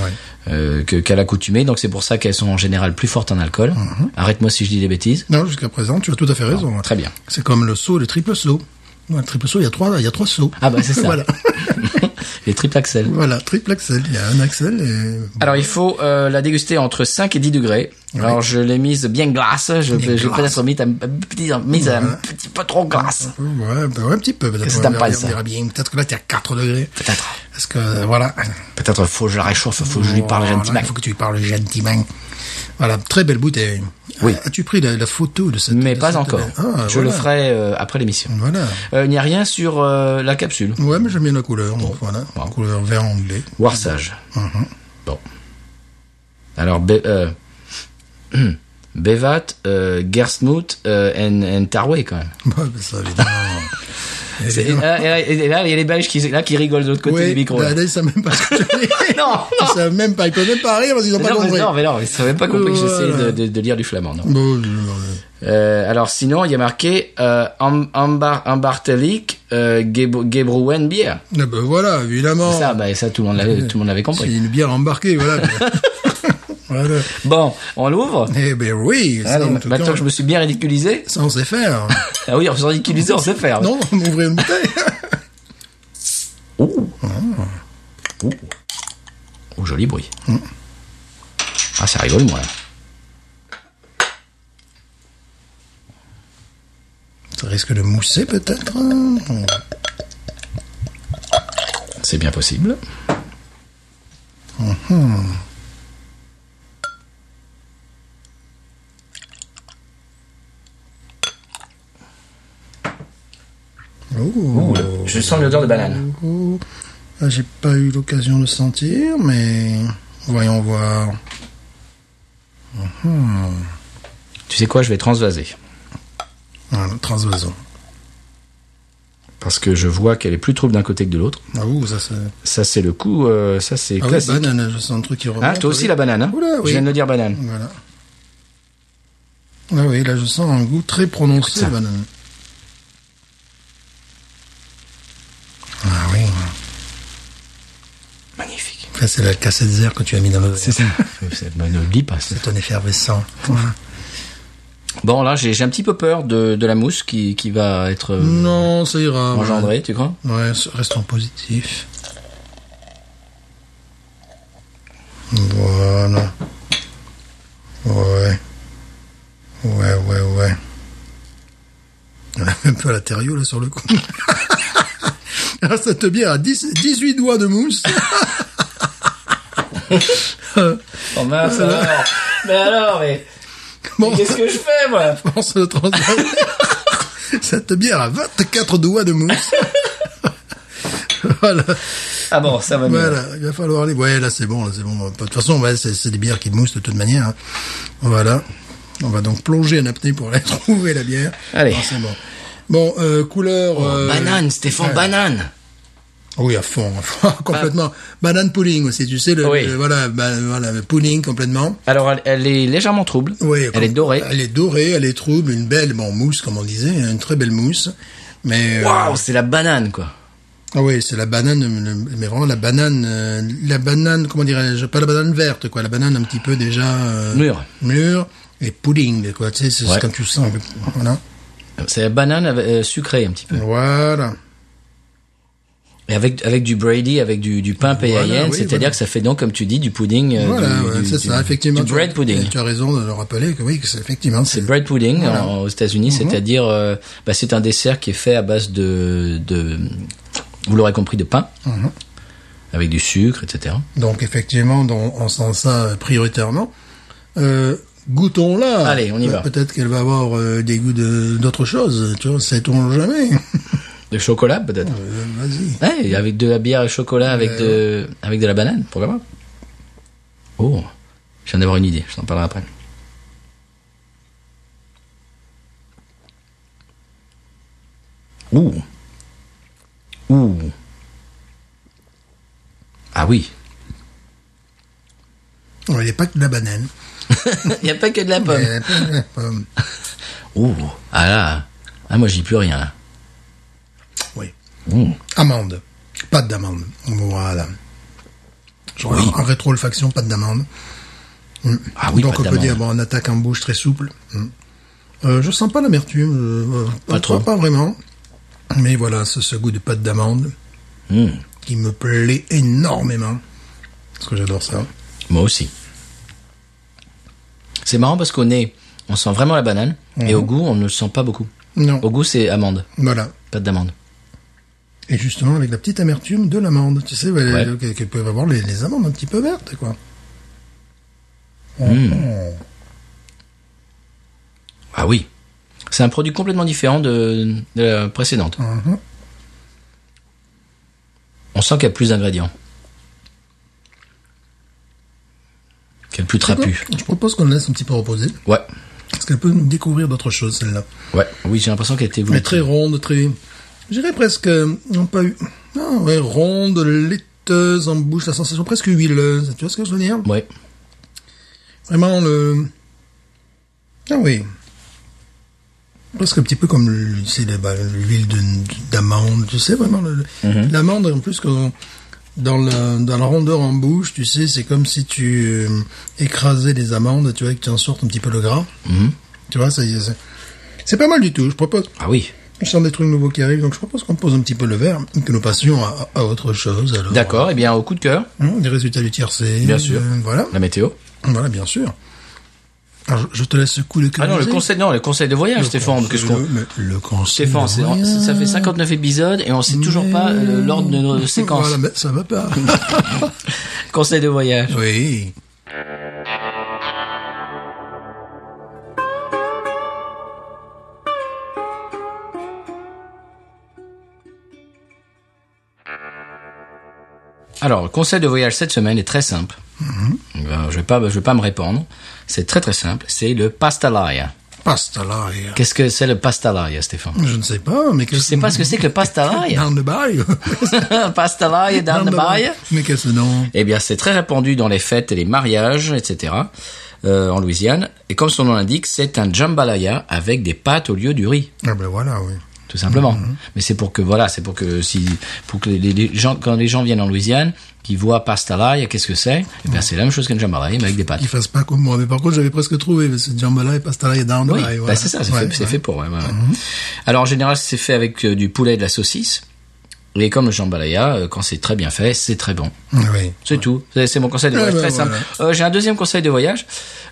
S1: euh, que- qu'à l'accoutumée. Donc c'est pour ça qu'elles sont en général plus fortes en alcool.
S2: Mhm.
S1: Arrête-moi si je dis des bêtises.
S2: Non, jusqu'à présent, tu as tout à fait raison. hein.
S1: Très bien.
S2: C'est comme le saut, le triple saut. Ouais, Le triple saut, il y a trois, il y a trois sauts.
S1: Ah bah c'est ça.
S2: voilà.
S1: Les triple axel.
S2: Voilà, triple axel. Il y a un axel et...
S1: Alors il faut euh, la déguster entre 5 et 10 degrés. Alors je l'ai mise bien glace. Je
S2: Bien
S1: vais je vais
S2: glace.
S1: peut-être mise un petit, mise un petit peu trop glace.
S2: Ouais, bah ouais, un petit peu. peut-être.
S1: C'est
S2: On
S1: un
S2: verra-
S1: pal, ça.
S2: on verra bien. Peut-être que là, t'es à 4 degrés.
S1: Peut-être.
S2: Parce que, euh, voilà.
S1: Peut-être faut que je la réchauffe, faut que je lui parle
S2: Voilà,
S1: gentiment.
S2: Il faut que tu lui parles gentiment. Voilà, très belle bouteille. Ah,
S1: Oui.
S2: As-tu pris la, la photo de cette
S1: Mais
S2: de
S1: pas
S2: cette-
S1: encore.
S2: Ah,
S1: je
S2: voilà.
S1: le ferai euh, après l'émission.
S2: Voilà.
S1: Euh, Il n'y a rien sur euh, la capsule.
S2: Ouais, mais j'aime bien la couleur. donc voilà. La couleur vert anglais.
S1: Warsage. Bon. Alors, Be euh, Bevat, euh, Gerstmouth euh, and, and Tarway, quand même.
S2: Bah, bah, ça, évidemment.
S1: C'est- Et,
S2: Évidemment.
S1: là- et là, et là, il y a les Belges qui, là, qui rigolent de l'autre côté
S2: Ouais,
S1: du micro. là.
S2: bah, là, ils savent même pas ce que je dis.
S1: Non,
S2: Ils savent même pas. Ils peuvent même pas rire parce qu'ils ont pas
S1: non, mais
S2: compris.
S1: non, mais non, mais ça n'avait pas compris que j'essayais de,
S2: Voilà.
S1: de- de lire du flamand. non.
S2: Bon, euh,
S1: Euh, alors, sinon, il y a marqué euh, Am- Ambar, Ambartelik euh, Gebru- Gebruen Bier.
S2: ah, bah, voilà, évidemment.
S1: Ça, bah, ça, tout le monde l'avait, tout le monde l'avait
S2: C'est
S1: compris.
S2: une bière embarquée, voilà. voilà.
S1: Bon, on l'ouvre.
S2: Eh ben oui, ça,
S1: Allez,
S2: en tout
S1: Ah, maintenant
S2: cas,
S1: que je me suis bien ridiculisé.
S2: ça on sait faire.
S1: Ah oui, en faisant ridiculiser, on sait faire.
S2: non, on ouvrait une bouteille.
S1: Ouh. Ouh. Ouh, joli bruit.
S2: Hmm.
S1: Ah, ça rigole, moi. là.
S2: Ça risque de mousser peut-être.
S1: C'est bien possible.
S2: Oh,
S1: Je sens l'odeur de banane.
S2: oh. Ah, J'ai pas eu l'occasion de sentir, mais voyons voir.
S1: Tu sais quoi, je vais transvaser.
S2: Voilà, transvason.
S1: Parce que je vois qu'elle est plus trouble d'un côté que de l'autre.
S2: Ah ouh, ça c'est.
S1: Ça, c'est le coup, euh, ça, c'est
S2: Ah oui,
S1: classique.
S2: banane, je sens un truc qui remonte.
S1: Ah, toi aussi,
S2: oui.
S1: la banane, hein
S2: Oula, oui.
S1: Je viens de le dire, banane.
S2: Voilà. Ah oui, là je sens un goût très prononcé
S1: ça.
S2: banane. Ah oui,
S1: Magnifique.
S2: là c'est la cassette zère que tu as mis dans le verre.
S1: ça. ne le dis pas, ça.
S2: C'est un effervescent.
S1: Bon, là, j'ai j'ai un petit peu peur de, de la mousse qui, qui va être euh,
S2: non, ça ira.
S1: engendrée, tu crois
S2: Ouais, restons positifs. Voilà. Ouais. Ouais, ouais, ouais. On a même pas la terriole, là, sur le coup. Ah, Alors, cette bière a 10 18 doigts de mousse.
S1: Oh mince, alors Mais alors, mais,
S2: Bon,
S1: que je fais, moi
S2: on se le transforme. Cette bière a 24 doigts de mousse. voilà.
S1: Ah bon, ça va mieux.
S2: Voilà, il va falloir aller. Ouais, là c'est bon, là c'est bon. De toute façon, ouais, c'est c'est des bières qui moussent de toute manière. hein. Voilà. On va donc plonger en apnée pour aller trouver la bière.
S1: Allez.
S2: Ah, c'est bon. Bon, euh, couleur. euh,
S1: Oh, Banane, Stéphane,
S2: ouais.
S1: banane
S2: Oui, à fond, à fond, complètement. Banane pudding aussi, tu sais, le,
S1: Oui.
S2: le- voilà, bah, voilà, le pudding complètement.
S1: Alors, elle, elle est légèrement trouble.
S2: Oui,
S1: elle est dorée.
S2: Elle est dorée, elle est trouble, une belle, bon, mousse comme on disait, hein, une très belle mousse. Mais euh,
S1: Waouh, c'est la banane, quoi.
S2: Ah oui, c'est la banane, le- mais vraiment la banane, euh, la banane, comment dirais-je, pas la banane verte, quoi, la banane un petit peu déjà euh,
S1: Mûre.
S2: mûre et pudding, quoi, tu sais, c'est
S1: Ouais.
S2: quand tu sens, que- voilà,
S1: C'est la banane avec- euh, sucrée, un petit peu.
S2: voilà,
S1: Et avec, avec du Brady, avec du, du pain payayen,
S2: oui,
S1: c'est-à-dire
S2: voilà.
S1: que ça fait donc, comme tu dis, du pudding. euh,
S2: voilà,
S1: du-
S2: ouais,
S1: du-
S2: c'est
S1: du-
S2: ça, effectivement.
S1: Du
S2: tu-
S1: bread pudding.
S2: Tu as raison de le rappeler que oui, que c'est effectivement, c'est
S1: C'est bread pudding en- aux États-Unis,
S2: Mhm.
S1: c'est-à-dire euh, bah, c'est un dessert qui est fait à base de, de vous l'aurez compris, de pain
S2: Mhm.
S1: avec du sucre, etc.
S2: donc effectivement, dont on sent ça euh, prioritairement. Euh, goûtons là.
S1: Allez, on y va.
S2: Peut-être qu'elle va avoir euh, des goûts de- d'autres choses, tu vois, sait-on jamais.
S1: De chocolat peut-être.
S2: Euh, Vas-y.
S1: Ouais, avec de la bière au chocolat, avec de avec de la banane, pourquoi pas Oh, je viens d'avoir une idée, je t'en parlerai après. Ouh. Ouh. Ah oui.
S2: On n'est pas que de la banane.
S1: Il n'y a pas que de la pomme.
S2: Euh, la pomme.
S1: Ouh, ah là, ah moi j'y plus rien là. Mmh.
S2: Oui.
S1: Ouh.
S2: Amande. Pas d'amande. Voilà. Genre en rétro-olfaction, pas d'amande. Mm.
S1: Ah oui,
S2: Donc
S1: pas
S2: on peut
S1: d'amande.
S2: dire, bon, on attaque en bouche très souple. Mm. Euh, je sens pas l'amertume. euh, euh,
S1: Pas trop.
S2: Pas, vraiment. Mais voilà, ce, ce goût de pâte d'amande
S1: Mmh,
S2: qui me plaît énormément. Parce que j'adore ça.
S1: Moi aussi. C'est marrant parce qu'au nez, on sent vraiment la banane, et au goût, on ne le sent pas beaucoup.
S2: Non.
S1: Au goût, c'est amande,
S2: Voilà.
S1: pas d'amande.
S2: Et justement, avec la petite amertume de l'amande. Tu sais, ouais,
S1: Ouais.
S2: le- que, que peuvent avoir les, les amandes un petit peu vertes, quoi.
S1: Ah oui. C'est un produit complètement différent de, de la précédente.
S2: Mhm.
S1: On sent qu'il y a plus d'ingrédients. Qu'elle est plus trapue.
S2: Je propose qu'on le laisse un petit peu reposer.
S1: Ouais,
S2: Parce qu'elle peut nous découvrir d'autres choses, celle-là.
S1: ouais. Oui, j'ai l'impression qu'elle était
S2: Mais
S1: voulue.
S2: très ronde, très... Je dirais presque... euh, Non, pas... eu- Ah ouais, ronde, laiteuse en bouche, la sensation presque huileuse. Tu vois ce que je veux dire
S1: Ouais.
S2: Vraiment le... Ah oui. Presque un petit peu comme le- c'est le- bah, l'huile de- d'amande, tu sais, vraiment. le- le- L'amande, en plus, quand- dans, la, dans la rondeur en bouche, tu sais, c'est comme si tu euh, écrasais les amandes, tu vois, et que tu en sortes un petit peu le gras. Tu vois, ça y est, c'est- c'est pas mal du tout. Je propose,
S1: Ah oui.
S2: sans des trucs nouveaux qui arrivent, donc je propose qu'on pose un petit peu le verre, que nous passions à, à autre chose. alors.
S1: D'accord, eh bien, au coup de cœur,
S2: Hein, Les résultats du tiercé.
S1: Bien sûr.
S2: euh, voilà.
S1: la météo.
S2: Voilà, bien sûr. Alors, je, je te laisse ce coup de cœur.
S1: Ah non, le
S2: José.
S1: conseil, non, le conseil de voyage, Stéphane, qu'est-ce qu'on...
S2: Le, le, le conseil.
S1: Stéphane,
S2: de
S1: c'est-
S2: rien.
S1: ça fait 59 épisodes et on sait toujours pas euh, l'ordre de nos séquences.
S2: Voilà, mais ça va pas.
S1: Conseil de voyage.
S2: oui.
S1: Alors, le conseil de voyage cette semaine est très simple. Ben, je vais pas, je vais pas me répandre. C'est très très simple. C'est le pastalaria.
S2: Pastalaria.
S1: Qu'est-ce que c'est le pastalaria, Stéphane
S2: euh, Je ne sais pas, mais qu'est-ce
S1: Je sais pas ce que c'est que le pastalaria.
S2: Dans le bail.
S1: pastalaria dans le bail.
S2: Mais qu'est-ce que non
S1: Eh bien, c'est très répandu dans les fêtes et les mariages, etc. euh, en Louisiane. Et comme son nom l'indique, c'est un jambalaya avec des pâtes au lieu du riz.
S2: Ah ben voilà, oui.
S1: tout simplement. Mais c'est pour que voilà, c'est pour que si pour que les, les gens quand les gens viennent en Louisiane, qu'ils voient pastalaï, qu'est-ce que c'est Eh bien, c'est la même chose qu'un jambalaya mais avec des pâtes.
S2: Qu'ils fassent pas comme moi. Mais par contre, j'avais presque trouvé, parce que Jambala et Pastalaria dans le
S1: Oui,
S2: bail.
S1: bah,
S2: voilà.
S1: c'est ça, c'est
S2: Ouais,
S1: fait, c'est
S2: ouais. Mhm.
S1: fait pour. ouais, ouais, ouais. Alors en général, c'est fait avec euh, du poulet et de la saucisse. Et comme le jambalaya, euh, quand c'est très bien fait, c'est très bon.
S2: Oui.
S1: C'est tout. C'est c'est mon conseil de
S2: Eh
S1: voyage
S2: ben,
S1: très simple. Euh, J'ai un deuxième conseil de voyage.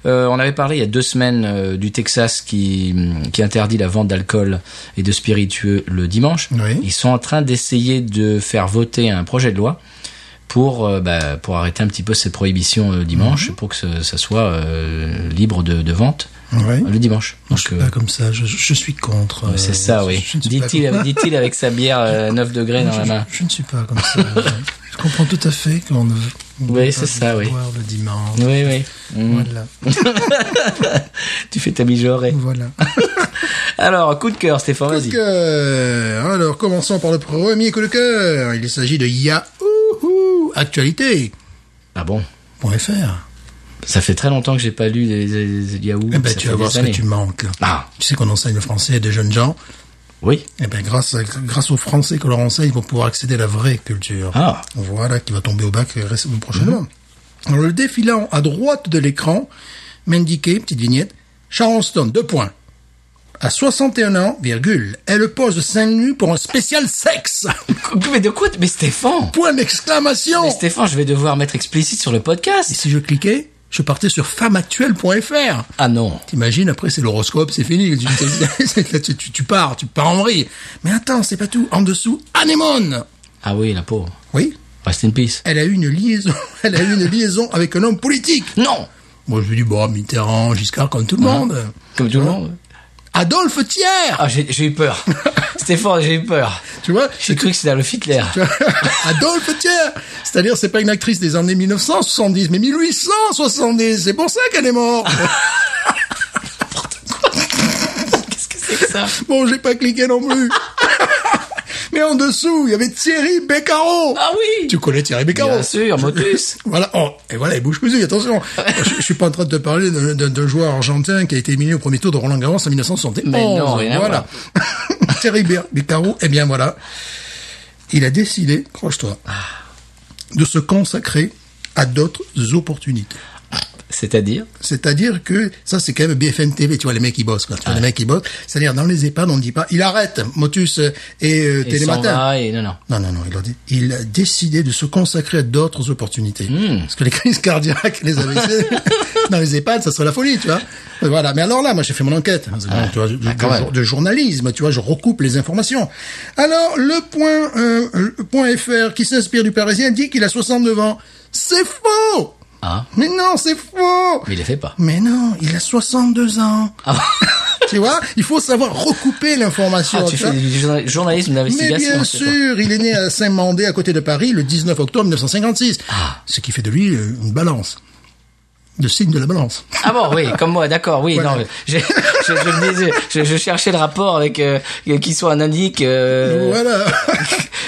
S1: Euh, on avait parlé il y a deux semaines euh, du Texas qui, mm, qui interdit la vente d'alcool et de spiritueux le dimanche.
S2: Oui.
S1: Ils sont en train d'essayer de faire voter un projet de loi pour euh, bah, pour arrêter un petit peu cette prohibition euh, dimanche
S2: Mhm.
S1: pour que ce- ça soit euh, libre de, de vente
S2: Oui.
S1: euh, le dimanche.
S2: Non, je suis
S1: euh,
S2: pas comme ça, je, je suis contre. euh,
S1: c'est ça, oui.
S2: je ne suis pas
S1: Dit-il
S2: comme-
S1: dit-il avec sa bière euh, 9 degrés dans la
S2: je,
S1: main.
S2: je- je ne suis pas comme ça. je comprends tout à fait qu'on ne. on
S1: Oui,
S2: ne
S1: c'est
S2: pas
S1: ça, oui.
S2: boire le dimanche.
S1: Oui, oui. Mm.
S2: Voilà.
S1: Tu fais ta mijaurée.
S2: Voilà.
S1: Alors, coup de cœur, Stéphane,
S2: Coup de
S1: vas-y.
S2: cœur. Alors, commençons par le premier coup de cœur. Il s'agit de Yahoo Actualité.fr.
S1: Ah bon Ça fait très longtemps que j'ai pas lu des, des- des Yahoo.
S2: Eh ben,
S1: ça fait
S2: tu vas
S1: des
S2: voir ce que
S1: années.
S2: tu manques.
S1: Ah,
S2: Tu sais qu'on enseigne le français à des jeunes gens.
S1: oui.
S2: Eh ben, grâce, à- grâce aux Français que leur enseigne, ils vont pouvoir accéder à la vraie culture.
S1: Ah. Mm-hmm.
S2: Voilà, qui va tomber au bac euh, récem- prochainement. Alors, le défilant à droite de l'écran m'indiquait, petite vignette, Charleston, deux points. À 61 ans, virgule, elle pose seins nus pour un spécial sexe.
S1: Mais de quoi t- Mais Stéphane
S2: Point d'exclamation.
S1: Mais Stéphane, je vais devoir mettre explicite sur le
S2: Et
S1: podcast.
S2: si je cliquais, je partais sur femmeactuelle.fr.
S1: Ah non.
S2: T'imagines, après c'est l'horoscope, c'est fini. Tu, tu- tu- tu- tu pars, tu pars en vrille. Mais attends, c'est pas tout. En dessous, anémone.
S1: Ah oui, la pauvre.
S2: Oui,
S1: Rest in peace.
S2: elle a eu une liaison, elle a eu une liaison avec un homme politique.
S1: Non
S2: Moi, je lui dis, bon, Mitterrand, Giscard, comme tout le monde.
S1: Comme tout le
S2: Hein
S1: monde.
S2: Adolphe Thiers
S1: Ah, j'ai j'ai eu peur. Stéphane, j'ai eu peur.
S2: Tu vois
S1: J'ai cru que c'était le Hitler.
S2: Adolphe Thiers C'est-à-dire, c'est pas une actrice des années 1970, mais 1870 C'est pour ça qu'elle est morte
S1: Qu'est-ce que c'est que ça
S2: Bon, j'ai pas cliqué non plus Mais en dessous, il y avait Thierry Beccaro
S1: Ah oui
S2: Tu connais Thierry Beccaro
S1: Bien sûr, Motus.
S2: Voilà, oh, et voilà, il bouge plus, attention. je, je suis pas en train de te parler d'un- d'un d'un joueur argentin qui a été éliminé au premier tour de Roland Garros en 1971.
S1: Mais non, rien à
S2: voilà. Thierry Ber- Beccaro, eh bien voilà, il a décidé, croche-toi,
S1: Ah.
S2: de se consacrer à d'autres opportunités.
S1: C'est-à-dire
S2: C'est-à-dire que ça, c'est quand même BFM TV, tu vois, les mecs qui bossent, quoi. Tu vois, les mecs qui bossent. C'est-à-dire, dans les EHPAD, on ne dit pas, il arrête, Motus euh, et euh,
S1: Il s'en
S2: Télématin.
S1: va et non, non.
S2: Non, non, non, il a, dit- il a décidé de se consacrer à d'autres opportunités.
S1: Hmm.
S2: Parce que les crises cardiaques, les AVC, dans les EHPAD, ça serait la folie, tu vois. Et Voilà. Mais alors là, moi, j'ai fait mon enquête. hein, c'est bon, tu vois, de,
S1: ah, quand
S2: de-
S1: même.
S2: de journalisme, tu vois, je recoupe les informations. Alors, le point, euh, le point FR qui s'inspire du Parisien dit qu'il a 69 ans. C'est faux!
S1: Ah.
S2: Mais non, c'est faux!
S1: Mais il les fait pas.
S2: Mais non, il a 62 ans.
S1: Ah
S2: tu vois, il faut savoir recouper l'information.
S1: Ah, tu
S2: tu
S1: fais
S2: vois.
S1: du journa- journalisme
S2: Mais
S1: d'investigation.
S2: bien
S1: Stéphane.
S2: sûr, il est né à Saint-Mandé, à côté de Paris, le 19 octobre 1956.
S1: Ah.
S2: Ce qui fait de lui euh, une balance. Le signe de la balance.
S1: Ah bon, oui, comme moi, d'accord, oui,
S2: Voilà.
S1: non, je, je, je me disais, je, je cherchais le rapport avec euh, qu'il soit un indique euh,
S2: Voilà.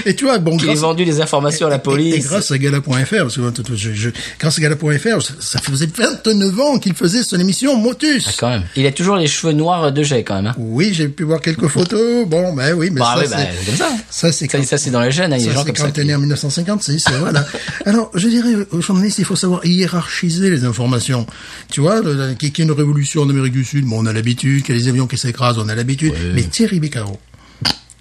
S2: Et tu vois, bon,
S1: qu'il ait
S2: grâce,
S1: vendu des informations à la
S2: et
S1: police.
S2: grâce à Gala.fr, parce que t- t- je- je- grâce à Gala.fr, ça- ça faisait 29 ans qu'il faisait son émission Motus.
S1: Quand même. Il a toujours les cheveux noirs de jet, quand même. Hein.
S2: Oui, j'ai pu voir quelques photos. Bon, ben oui, mais
S1: Bah
S2: ça,
S1: oui, bah,
S2: c'est-
S1: c'est comme ça.
S2: Ça, c'est
S1: Ça,
S2: quand-
S1: ça, c'est dans les jeunes, hein, il y a des
S2: Ça,
S1: gens
S2: c'est
S1: comme ça.
S2: quand t'es
S1: qui-
S2: né en 1956, euh, voilà. Alors, je dirais euh, aux journalistes, il faut savoir hiérarchiser les informations. Tu vois, le- le- qu'il y ait une révolution en Amérique du Sud, bon, on a l'habitude, qu'il y a les avions qui s'écrasent, on a l'habitude. Mais Thierry Beccaro,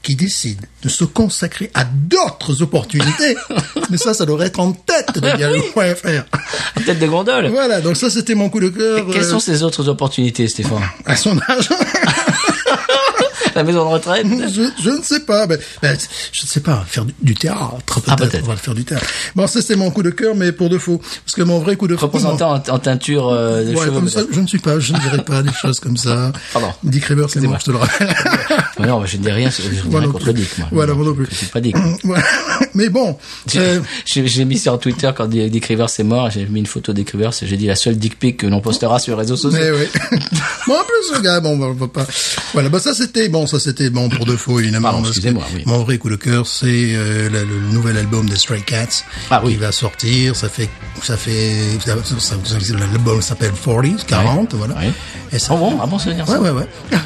S2: qui décide de se consacrer à d'autres opportunités, mais ça, ça devrait être en tête de dialogue.fr.
S1: Tête de gondole.
S2: Voilà, donc ça, c'était mon coup de cœur.
S1: Quelles
S2: euh,
S1: sont ces autres opportunités, Stéphane
S2: à son âge.
S1: La maison de retraite
S2: je, je ne sais pas. Ben, ben, je ne sais pas. Faire du, du théâtre, peut-être.
S1: Ah, peut-être.
S2: On va faire du théâtre. Bon, ça, c'est mon coup de cœur, mais pour de faux. Parce que mon vrai coup de cœur...
S1: Représentant en, en teinture euh, de
S2: Ouais,
S1: cheveux.
S2: comme ça, je ne suis pas, je ne dirais pas des choses comme ça.
S1: Pardon.
S2: Dick Reber, c'est moi, je te le rappelle.
S1: Mais non, je ne dis rien, je ne dis
S2: Moi
S1: rien
S2: non
S1: contre
S2: plus.
S1: le Dick, moi.
S2: Voilà, moi non plus.
S1: Je suis pas Dick.
S2: Voilà. Mais bon, euh,
S1: J'ai j'ai- j'ai mis sur Twitter quand Dick Rivers est mort, j'ai mis une photo de Dick Rivers et j'ai dit la seule dick pic que l'on postera sur les réseaux sociaux.
S2: mais oui. bon, en plus, regarde, bon, on va pas. Voilà, bah ça c'était bon, ça c'était bon pour de faux évidemment.
S1: Pardon,
S2: parce que
S1: excusez-moi, oui.
S2: Mon vrai coup de cœur, c'est euh, le, le nouvel album des Stray Cats
S1: Ah oui.
S2: qui va sortir. Ça fait, ça fait, ça- ça- ça- l'album s'appelle 40, 40, voilà.
S1: Ouais.
S2: Et ça,
S1: Ah bon, ah bon, ça veut dire ça
S2: Ouais, ouais, ouais.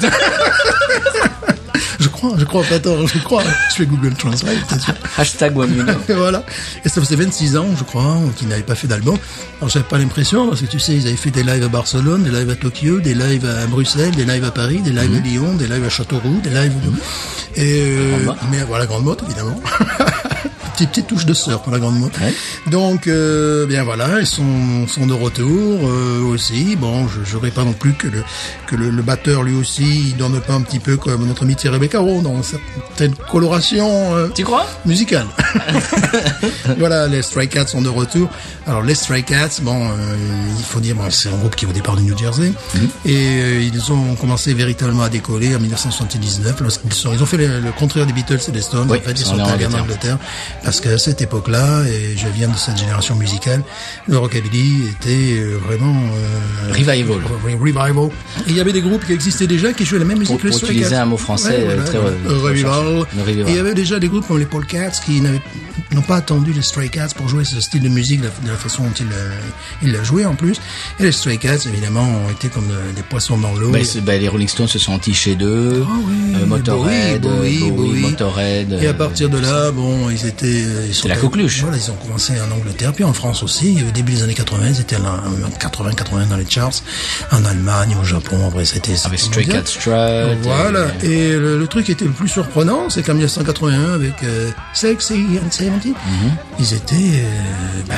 S2: je crois, je crois, pas attends, je crois. Je fais Google Translate, c'est sûr.
S1: Hashtag One Million.
S2: Et voilà. Et ça faisait 26 ans, je crois, qu'ils n'avaient pas fait d'album. Alors, j'avais pas l'impression, parce que tu sais, ils avaient fait des lives à Barcelone, des lives à Tokyo, des lives à Bruxelles, des lives à Paris, des lives à Lyon, des lives à Châteauroux, des lives. Et, euh, mais voilà, grande motte, évidemment. Petite, petite touche de sœur pour la grande motte.
S1: Ouais.
S2: Donc, euh, bien voilà, ils sont, sont de retour euh, aussi. Bon, je n'aurais pas non plus que le que le, le batteur lui aussi, il donne pas un petit peu comme notre ami Thierry Beccaro dans certaines colorations. euh,
S1: Tu crois
S2: musical. voilà, les Stray Cats sont de retour. Alors les Stray Cats, bon, euh, il faut dire, bon, c'est un groupe qui est au départ du New Jersey,
S1: Mhm.
S2: et euh, ils ont commencé véritablement à décoller en 1979. lorsqu'ils sont- ils ont fait le, le contraire des Beatles et des Stones.
S1: Oui,
S2: en fait, ils
S1: ils
S2: sont
S1: sont allés en
S2: allés en
S1: Angleterre.
S2: Angleterre parce qu'à cette époque-là, et je viens de cette génération musicale, le rockabilly était euh, vraiment euh,
S1: Revival.
S2: re- revival. Et il y avait des groupes qui existaient déjà qui jouaient la même musique
S1: Pour-
S2: que les
S1: pour
S2: Stray
S1: utiliser
S2: Cats.
S1: un mot français, euh, très, euh,
S2: Euh, revival.
S1: recherché. Le revival.
S2: Et il y avait déjà des groupes comme les Polcats qui n'avaient- n'ont pas attendu les Stray Cats pour jouer ce style de musique de la, de la façon dont ils, euh, ils la jouaient en plus. Et les Stray Cats, évidemment, ont été comme euh, des poissons dans l'eau.
S1: Bah, c'est- bah, les Rolling Stones se sont entichés d'eux.
S2: Ah oui, bah
S1: Euh, Motorhead,
S2: Bowie,
S1: euh,
S2: Bowie, Bowie.
S1: Motorhead.
S2: Et à
S1: euh,
S2: partir de là, bon, ils étaient, euh, ils sont
S1: la coqueluche.
S2: Voilà, ils ont commencé en Angleterre, puis en France aussi. Au début des années 80, ils étaient euh, en 80, 80 dans les charts, en Allemagne, au Japon. Après, c'était
S1: Avec
S2: c'était
S1: Stray Cat
S2: mondial.
S1: Strut.
S2: Voilà.
S1: euh,
S2: Et le, le truc qui était le plus surprenant, c'est qu'en 1981, avec euh, Sexy and 70,
S1: Mhm.
S2: ils étaient euh, ben,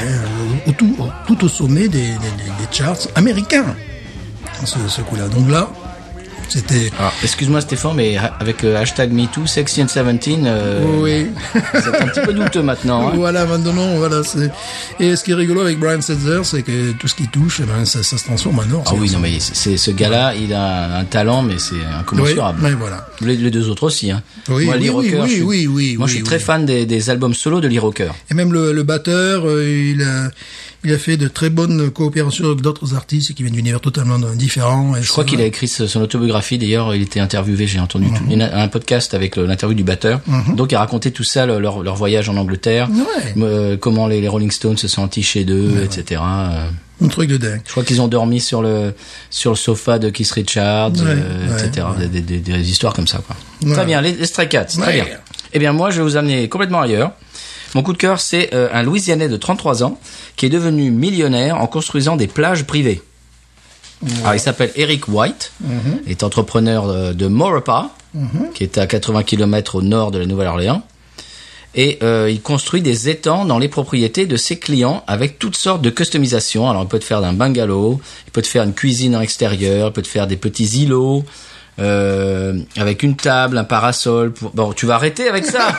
S2: au, au tout, au- tout au sommet des, des- des- des charts américains. Ce, ce coup-là. Donc là, c'était.
S1: alors, excuse-moi Stéphane, mais ha- avec euh, hashtag MeToo, Sexy and 17, euh,
S2: Oui.
S1: c'est un petit peu douteux maintenant. hein.
S2: Voilà, maintenant, voilà, c'est. Et ce qui est rigolo avec Brian Setzer, c'est que tout ce qui touche, eh ben, ça, ça se transforme en or.
S1: Ah oui, non, mais c'est- c'est ce gars-là, il a un talent, mais c'est incommensurable.
S2: mais voilà.
S1: Les, les deux autres aussi. Hein.
S2: Oui,
S1: moi,
S2: oui,
S1: Lee
S2: oui,
S1: Rocker,
S2: oui,
S1: je suis-
S2: oui, oui,
S1: moi, je suis
S2: oui,
S1: très
S2: oui.
S1: fan des, des albums solo de Lee Rocker.
S2: Et même le, le batteur, euh, il a, il a fait de très bonnes coopérations avec d'autres artistes qui viennent d'univers totalement différents.
S1: Je crois qu'il a écrit ce- son autobiographie. D'ailleurs, il était interviewé. J'ai entendu tout-
S2: Mhm.
S1: une- un podcast avec le- l'interview du batteur. Donc, il racontait tout ça, le- leur, leur voyage en Angleterre,
S2: Ouais.
S1: euh, comment les, les Rolling Stones se sont chez d'eux, etc. Euh,
S2: un truc de dingue.
S1: Je crois qu'ils ont dormi sur le sur le sofa de Keith Richards,
S2: Ouais,
S1: euh,
S2: ouais,
S1: etc. Des, des- des histoires comme ça. Quoi.
S2: Ouais.
S1: Très bien, les, les Stray Cats, très
S2: Ouais.
S1: bien. Eh bien, moi, je vais vous amener complètement ailleurs. Mon coup de cœur, c'est euh, un Louisianais de 33 ans qui est devenu millionnaire en construisant des plages privées. Alors, il s'appelle Eric White,
S2: Mhm.
S1: il est entrepreneur euh, de Maurepas, qui est à 80 km au nord de la Nouvelle-Orléans. Et euh, il construit des étangs dans les propriétés de ses clients avec toutes sortes de customisations. Alors, il peut te faire d'un bungalow, il peut te faire une cuisine en extérieur, il peut te faire des petits îlots euh, avec une table, un parasol. Pour... Bon, tu vas arrêter avec ça.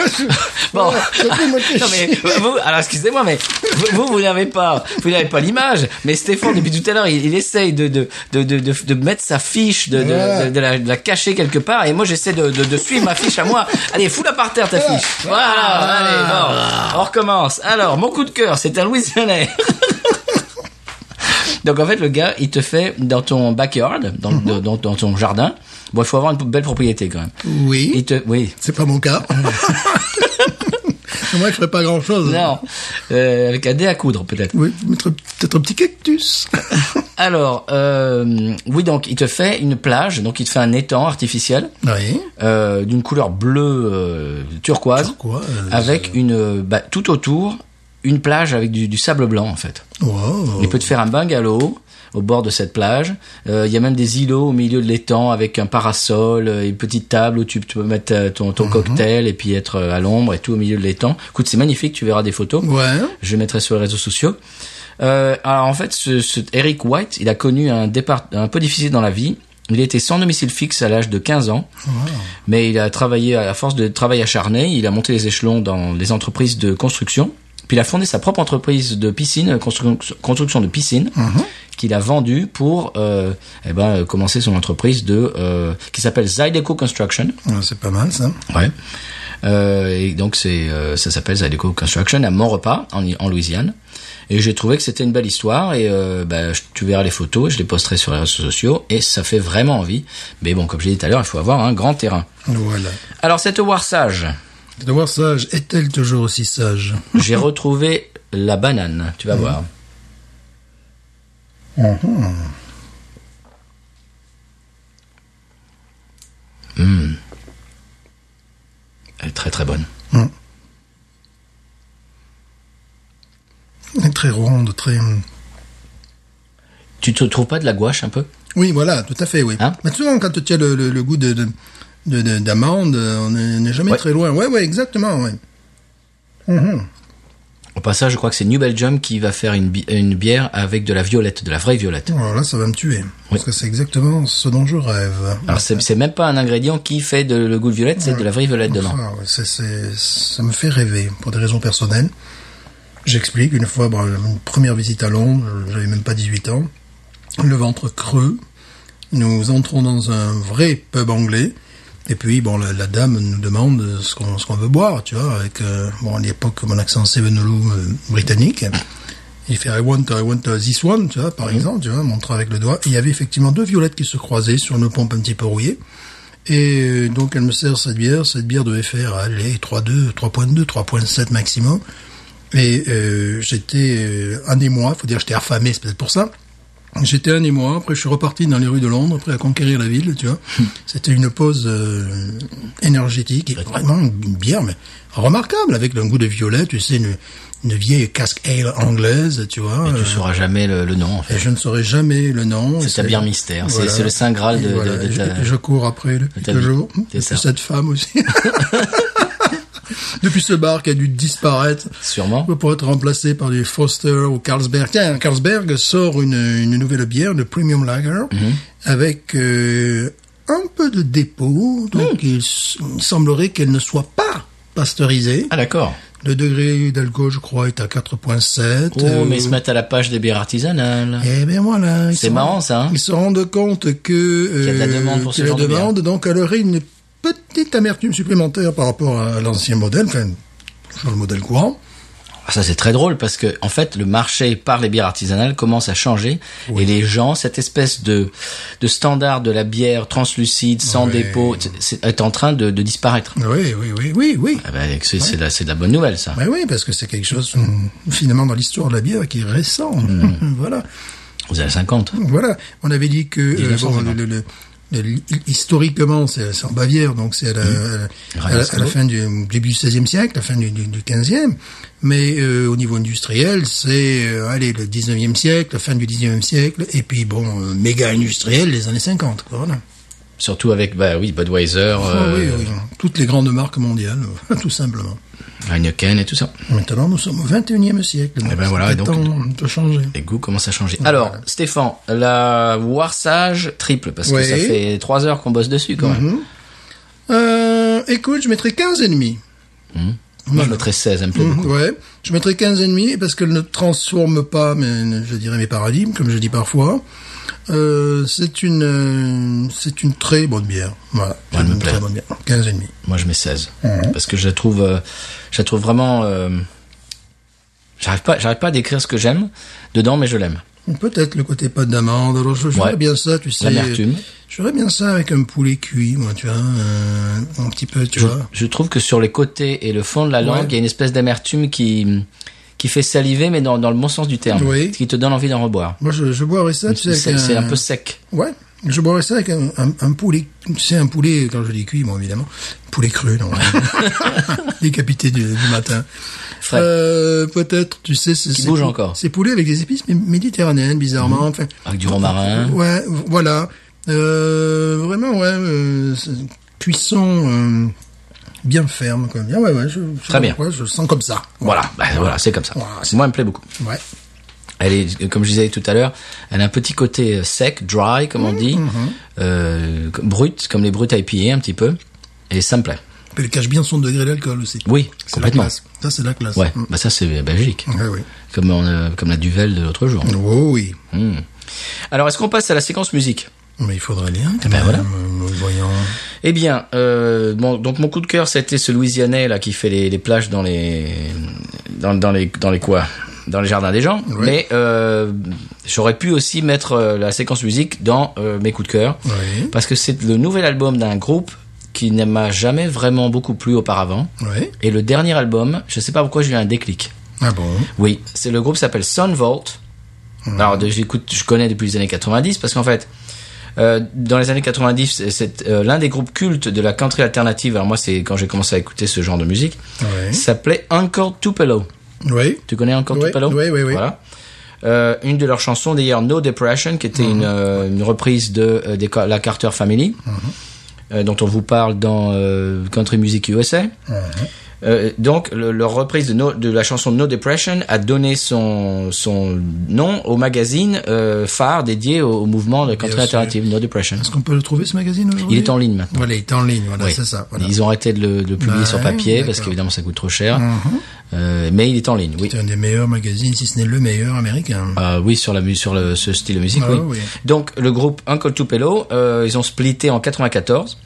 S1: bon, non mais Bah, vous, alors excusez-moi, mais vous, vous, vous n'avez pas, vous n'avez pas l'image. Mais Stéphane, depuis tout à l'heure, il, il essaye de de, de, de, de de mettre sa fiche, de, de, de, de la, de la cacher quelque part, et moi j'essaie de, de, de suivre ma fiche à moi. Allez, fous-la par terre ta fiche. Voilà, allez, bon, on recommence. Alors, mon coup de cœur, c'est un Louisianais. Donc en fait, le gars, il te fait dans ton backyard, dans, dans- dans, dans ton jardin. Bon, il faut avoir une belle propriété quand même.
S2: Oui.
S1: Il te, oui,
S2: C'est pas mon cas. Moi, je ferais pas grand chose.
S1: non, Euh, avec un dé à coudre peut-être.
S2: Oui, mettre peut-être un petit cactus.
S1: Alors, euh, oui, donc il te fait une plage, donc il te fait un étang artificiel
S2: oui.
S1: euh, d'une couleur bleue euh, turquoise,
S2: Turquoise.
S1: avec une euh, bah, tout autour une plage avec du, du sable blanc en fait.
S2: Wow.
S1: Il peut te faire un bungalow au bord de cette plage. Euh, Il y a même des îlots au milieu de l'étang avec un parasol, euh, une petite table où tu, tu peux mettre euh, ton, ton cocktail et puis être euh, à l'ombre et tout au milieu de l'étang. Écoute, c'est magnifique, tu verras des photos.
S2: Ouais.
S1: Je les mettrai sur les réseaux sociaux. Euh, alors en fait, ce, ce Eric White, il a connu un départ un peu difficile dans la vie. Il était sans domicile fixe à l'âge de 15 ans, mais il a travaillé à la force de travail acharné. Il a monté les échelons dans les entreprises de construction. Puis il a fondé sa propre entreprise de piscine, constru- construction de piscine, qu'il a vendue pour euh, eh ben, euh, commencer son entreprise de euh, qui s'appelle Zydeco Construction.
S2: Ouais, C'est pas mal, ça.
S1: Ouais. Euh, et donc c'est euh, ça s'appelle Zydeco Construction à Maurepas en, en Louisiane. Et j'ai trouvé que c'était une belle histoire et euh, bah, je- tu verras les photos, je les posterai sur les réseaux sociaux et ça fait vraiment envie. Mais bon, comme je l'ai dit tout à l'heure, il faut avoir un grand terrain.
S2: Voilà.
S1: Alors cette Warsage,
S2: De voir sage, est-elle toujours aussi sage
S1: j'ai retrouvé la banane, tu vas voir. Hmm. Elle est très très bonne.
S2: Hmm. Elle est Très ronde, très...
S1: Tu te trouves pas de la gouache un peu
S2: Oui, voilà, tout à fait, oui.
S1: Hein
S2: Mais souvent, quand tu as le, le- le goût de, de, de- de- d'amande, on n'est n'est jamais
S1: Ouais.
S2: très loin. Ouais, ouais, exactement, ouais.
S1: Au passage, je crois que c'est New Belgium qui va faire une, bi- une bière avec de la violette, de la vraie violette.
S2: Alors Oh, là, ça va me tuer. Parce que c'est exactement ce dont je rêve.
S1: Alors c'est c'est même pas un ingrédient qui fait de- le goût de violette, c'est de la vraie violette dedans.
S2: Ah, ouais, c'est- c'est- ça me fait rêver pour des raisons personnelles. J'explique, une fois, bon, une première visite à Londres, j'avais même pas 18 ans, le ventre creux, nous entrons dans un vrai pub anglais, et puis bon, la, la dame nous demande ce qu'on ce qu'on veut boire, tu vois, avec, euh, bon, à l'époque, mon accent Sevenolou euh, britannique. Il fait I want, I want uh, this one, tu vois, par exemple, tu vois, montre avec le doigt. Et il y avait effectivement deux violettes qui se croisaient sur une pompe un petit peu rouillée. Et euh, donc elle me sert cette bière, cette bière devait faire allez 3.2, 3.2, 3.7 maximum. Et euh, j'étais euh, un émoi, faut dire j'étais affamé, c'est peut-être pour ça. J'étais un émoi, après je suis reparti dans les rues de Londres, après à conquérir la ville, tu vois. C'était une pause euh, énergétique, et vraiment une bière mais remarquable, avec un goût de violet, tu sais, une, une vieille casque ale anglaise, tu vois.
S1: Tu
S2: euh,
S1: sauras jamais le, le nom en fait.
S2: et je ne saurais jamais le nom. Et
S1: C'est ta bière mystère. C'est- c'est le saint Graal
S2: Et
S1: de- de-
S2: voilà.
S1: de
S2: Et je-
S1: ta-
S2: et je cours après depuis
S1: ta vie.
S2: toujours.
S1: C'est
S2: Depuis
S1: ça.
S2: cette femme aussi. depuis ce bar qui a dû disparaître
S1: Sûrement.
S2: pour être remplacé par du Foster ou Carlsberg. Tiens, Carlsberg sort une, une nouvelle bière, une Premium Lager,
S1: Mhm.
S2: avec euh, un peu de dépôt.
S1: Hmm.
S2: Donc il, s- il semblerait qu'elle ne soit pas pasteurisée.
S1: Ah d'accord.
S2: Le degré d'alcool, je crois, est à 4.7.
S1: Oh,
S2: Euh,
S1: mais ils se mettent à la page des bières artisanales.
S2: eh ben voilà. ils
S1: C'est
S2: se
S1: marrant,
S2: rendent-
S1: ça, hein
S2: Ils se rendent compte que euh,
S1: y a de la demande pour
S2: qu'il
S1: ce
S2: y a de
S1: genre de
S2: la demande, donc elle aurait une petite amertume supplémentaire par rapport à l'ancien modèle, enfin toujours le modèle courant.
S1: Ah, Ça c'est très drôle parce que en fait le marché par les bières artisanales commence à changer et les gens cette espèce de de standard de la bière translucide sans
S2: Ouais.
S1: dépôt c'est- c'est- est en train de, de disparaître.
S2: Oui, oui, oui, oui, oui.
S1: Ah ben, c'est c'est de la- c'est de la bonne nouvelle ça.
S2: Ben oui, parce que c'est quelque chose hum, finalement dans l'histoire de la bière qui est récent. voilà,
S1: Vous avez 50.
S2: voilà. On avait dit que euh,
S1: 1950.
S2: le- le- le- le- historiquement c'est c'est en Bavière, donc c'est à la, à la- à la- à la fin du début du XVIe siècle, la fin du, du, du XVe, mais euh, au niveau industriel, c'est euh, allez le XIXe siècle, la fin du XIXe siècle, et puis bon euh, méga industriel les années 50. Quoi, voilà.
S1: Surtout avec bah oui Budweiser,
S2: Ah oui,
S1: euh,
S2: oui, toutes les grandes marques mondiales, tout simplement.
S1: Heineken et tout ça.
S2: Maintenant, nous sommes au 21e siècle.
S1: Eh ben
S2: c'est
S1: voilà, et donc-
S2: temps de changer.
S1: Les goûts commencent à changer. Alors Stéphane, la Warsage triple parce que
S2: Oui.
S1: ça fait trois heures qu'on bosse dessus quand même.
S2: Euh, écoute, je mettrais 15 et demi. Mhm.
S1: Moi je mettrais 16, elle me plaît beaucoup.
S2: Ouais, je mettrais 15 et demi parce qu'elle ne transforme pas, mes, je dirais mes paradigmes, comme je dis parfois. Euh, c'est une, euh, c'est une très bonne bière. Voilà, c'est
S1: elle me
S2: une
S1: plaît.
S2: très bonne bière. 15 et demi.
S1: Moi, je mets 16. Parce que je la trouve, euh, je la trouve vraiment. euh, j'arrive pas, j'arrive pas à décrire ce que j'aime dedans, mais je l'aime.
S2: Peut-être le côté pâte d'amande. Alors je ferais
S1: Ouais.
S2: bien ça, tu sais.
S1: L'amertume.
S2: Je ferais bien ça avec un poulet cuit, moi, tu vois, euh, un petit peu, tu
S1: Je,
S2: vois.
S1: je trouve que sur les côtés et le fond de la langue, il y a une espèce d'amertume qui qui fait saliver, mais dans, dans le bon sens du terme,
S2: Oui.
S1: qui te donne envie d'en reboire.
S2: Moi, je, je boirais ça, tu sais,
S1: C'est
S2: avec
S1: c'est un peu sec.
S2: Ouais, Je boirais ça avec un, un- un poulet, c'est un poulet, quand je dis cuit, bon, évidemment, poulet cru, non, décapité du, du matin.
S1: Frais.
S2: Euh, peut-être, tu sais, c'est,
S1: Qui
S2: c'est
S1: bouge
S2: pou-
S1: encore. Mmh.
S2: C'est poulet avec des épices mé- méditerranéennes, bizarrement, enfin.
S1: Avec du romarin.
S2: Ouais, v- voilà. Euh, vraiment, ouais, euh, c'est- cuisson, euh, bien ferme, quoi. Ah ouais, ouais, je, je sais
S1: Très
S2: pas
S1: bien.
S2: pourquoi, je le sens comme ça.
S1: Voilà, bah, voilà, c'est comme ça.
S2: Voilà.
S1: C'est moi, elle me plaît beaucoup.
S2: Ouais.
S1: Elle est, comme je disais tout à l'heure, elle a un petit côté euh, sec, dry, comme on dit, euh, comme- brut, comme les brutes à épier un petit peu, et ça me plaît.
S2: Puis elle cache bien son degré d'alcool aussi.
S1: Oui,
S2: C'est
S1: complètement.
S2: La classe. Ça, c'est la classe.
S1: Ouais,
S2: Mm.
S1: bah ça c'est Belgique,
S2: Ouais, oui.
S1: comme on, euh, comme la Duvel de l'autre jour.
S2: Oh oui.
S1: Hmm. Alors est-ce qu'on passe à la séquence musique
S2: Mais il faudrait bien. quand
S1: Ben
S2: même,
S1: voilà.
S2: euh, Voyons.
S1: Eh bien, euh, bon, donc mon coup de cœur c'était ce Louisianais là qui fait les, les plages dans les dans, dans les dans les quoi dans les jardins des gens.
S2: Oui.
S1: Mais euh, j'aurais pu aussi mettre euh, la séquence musique dans euh, mes coups de cœur.
S2: Oui.
S1: Parce que c'est le nouvel album d'un groupe qui ne m'a jamais vraiment beaucoup plu auparavant.
S2: Oui.
S1: Et le dernier album, je sais pas pourquoi j'ai eu un déclic.
S2: Ah bon.
S1: Oui, c'est le groupe s'appelle Sunvolt. Alors de- j'écoute, je connais depuis les années 90 parce qu'en fait, euh, dans les années 90, c'est- c'est euh, l'un des groupes cultes de la country alternative. Alors moi, c'est quand j'ai commencé à écouter ce genre de musique,
S2: Oui.
S1: s'appelait Encore Tupelo.
S2: Oui.
S1: Tu connais encore
S2: Ouais,
S1: Tupelo
S2: ouais, ouais, ouais.
S1: Voilà. Euh, une de leurs chansons d'ailleurs, No Depression, qui
S2: Mhm.
S1: était une, euh, une reprise de euh, des Ca- la Carter Family,
S2: Mhm.
S1: euh, dont on vous parle dans euh, Country Music
S2: Mhm.
S1: USA. Euh, donc le- leur reprise de, No- de la chanson No Depression a donné son, son nom au magazine euh, phare dédié au, au mouvement de country
S2: Bien sûr.
S1: alternative No Depression.
S2: Est-ce qu'on peut le trouver ce magazine aujourd'hui
S1: Il est en ligne maintenant.
S2: Voilà, il est en ligne. Voilà,
S1: Oui.
S2: Ah, c'est ça. Voilà.
S1: Ils ont arrêté de le, de le publier
S2: Ouais,
S1: sur papier parce
S2: d'accord. Mhm.
S1: qu'évidemment ça coûte trop cher, Euh, mais il est en ligne. Oui.
S2: C'est un des meilleurs magazines, si ce n'est le meilleur américain.
S1: Euh, oui, sur, la, mu- sur le, ce style de musique,
S2: Ah,
S1: Bah oui.
S2: oui.
S1: Donc, le groupe Uncle Tupelo, euh, ils ont splitté en 94.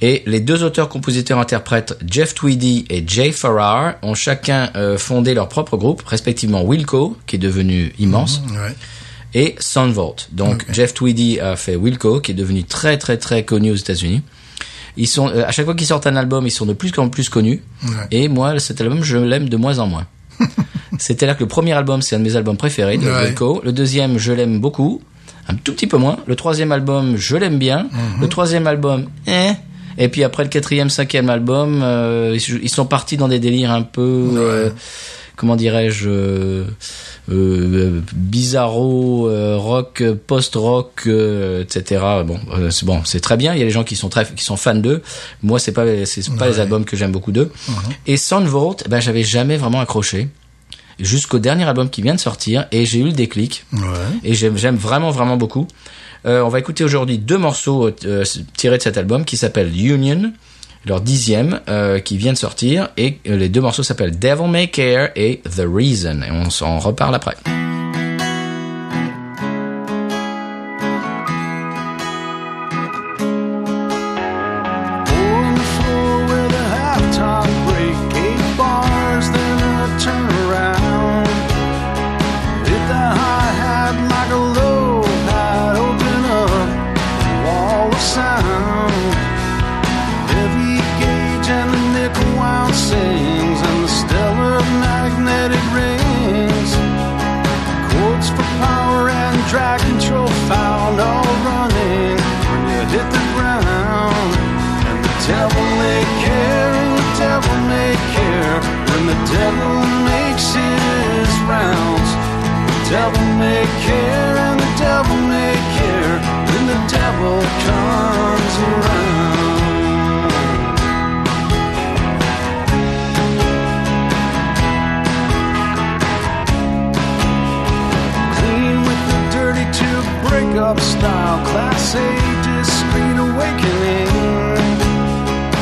S1: Et les deux auteurs-compositeurs-interprètes, Jeff Tweedy et Jay Farrar, ont chacun euh, fondé leur propre groupe, respectivement Wilco, qui est devenu immense,
S2: Ouais.
S1: et Sunvolt. Donc, Jeff Tweedy a fait Wilco, qui est devenu très, très, très connu aux États-Unis. Ils sont, euh, à chaque fois qu'ils sortent un album, ils sont de plus en plus connus.
S2: Ouais.
S1: Et moi, cet album, je l'aime de moins en moins. C'est-à-dire que le premier album, c'est un de mes albums préférés de
S2: Ouais.
S1: Wilco. Le deuxième, je l'aime beaucoup, un tout petit peu moins. Le troisième album, je l'aime bien.
S2: Mhm.
S1: Le troisième album, eh. Et puis après le quatrième, cinquième album, euh, ils ils sont partis dans des délires un peu, euh, comment dirais-je, euh, euh, bizarro, euh, rock, post-rock, euh, etc. Bon, euh, c'est bon, c'est très bien. Il y a des gens qui sont très, qui sont fans d'eux. Moi, c'est pas, c'est pas les albums que j'aime beaucoup d'eux. Et Soundvolt, ben j'avais jamais vraiment accroché jusqu'au dernier album qui vient de sortir et j'ai eu le déclic
S2: Ouais.
S1: et j'aime j'aime vraiment vraiment beaucoup. Euh, on va écouter aujourd'hui deux morceaux euh, tirés de cet album qui s'appelle Union, leur dixième euh, qui vient de sortir et euh, les deux morceaux s'appellent Devil May Care et The Reason et on s'en reparle après.
S3: On the floor with a half-top break, eight bars, then a turnaround. Hit the hi-hat like a low pad, open up the wall of sound. Heavy gauge and the nickel wound sings, and the stellar magnetic rings. Chords for power and drag control found all running when you hit the ground. And the devil may care, and the devil may care when the devil makes his rounds. The devil may care, and the devil may care when the devil comes around. clean with the dirty to break up style. Class A discreet awakening.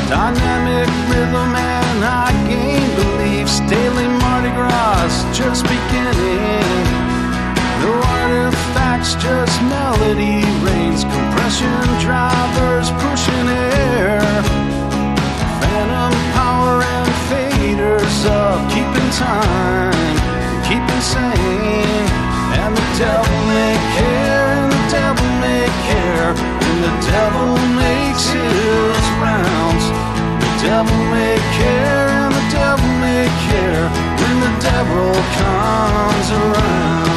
S3: Dynamic rhythm and high gain beliefs. Daily Mardi Gras just beginning. No artifacts, just melody rains. Compression drivers pushing air. Phantom power and faders up, keeping time, keeping sane. And the devil may care, and the devil may care, and the devil makes his rounds. The devil may care, and the devil may care, when the devil comes around.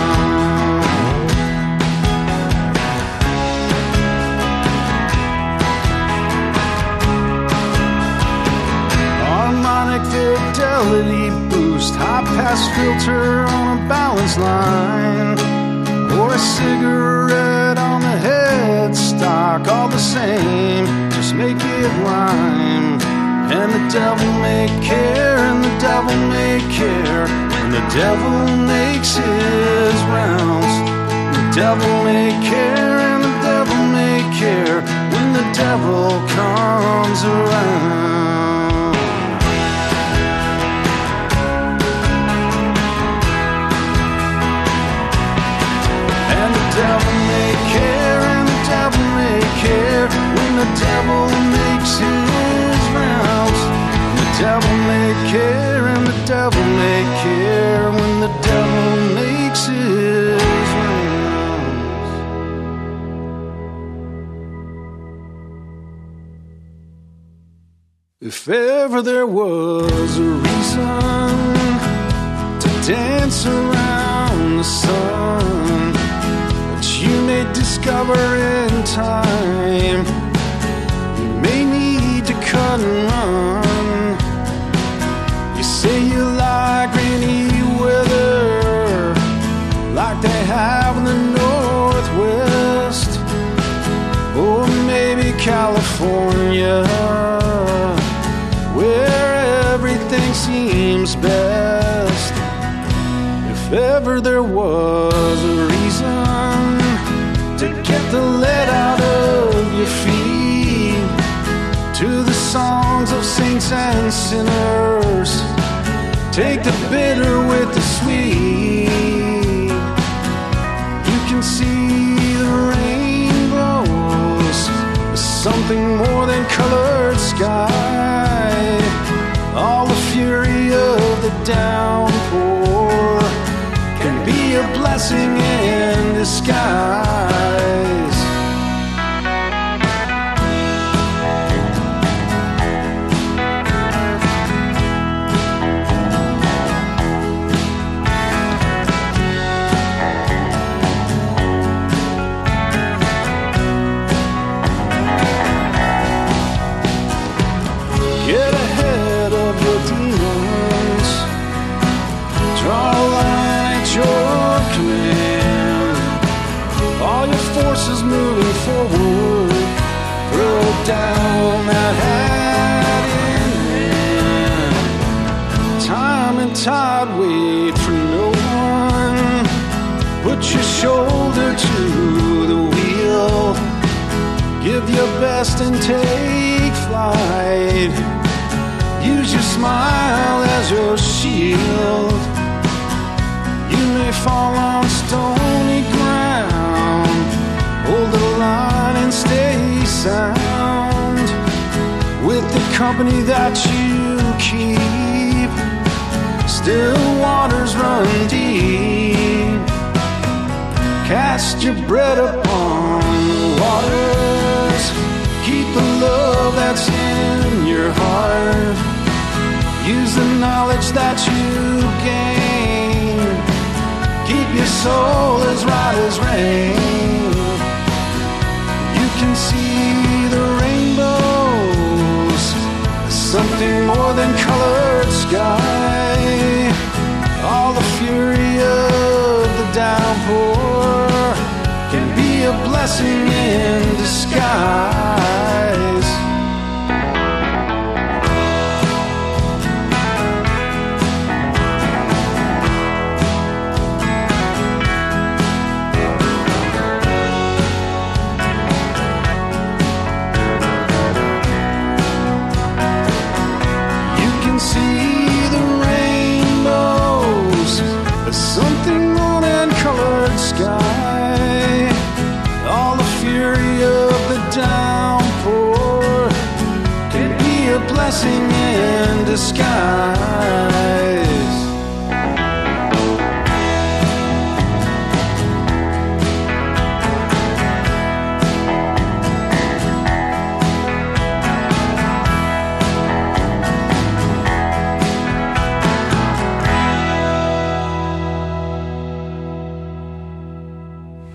S3: quality boost, high pass filter on a balance line, or a cigarette on the headstock, all the same, just make it rhyme. And the devil may care, and the devil may care, and the devil makes his rounds. The devil may care, and the devil may care, when the devil comes around. And the devil may care, and the devil may care when the devil makes his rounds. And the devil may care, and the devil may care when the devil makes his rounds. If ever there was a reason to dance around the sun that you may discover in time. You may need to cut and run. You say you like rainy weather, like they have in the Northwest, or maybe California where everything seems best. If ever there was a reason to get the lead out of your feet to the songs of saints and sinners, take the bitter with the sweet. You can see the rainbows as something more than colored sky. All the fury of the downpour can be a blessing in disguise. Get ahead of your demons. Draw a line at your command. All your forces moving forward. Throw down that hat in hand. Time and tide wait for no one. Put your shoulder to the wheel. Give your best and take flight. Use your smile as your shield. You may fall on stony ground. Hold the line and stay sound. With the company that you keep, still waters run deep. Cast your bread upon the waters. Keep the love that's in your heart. Use the knowledge that you gain. Keep your soul as right as rain. You can see the rainbows. Something more than colored sky. All the fury of the downpour can be a blessing in disguise. You can see the rainbows, there's something on that colored sky. All the fury of the downpour can be a blessing in disguise.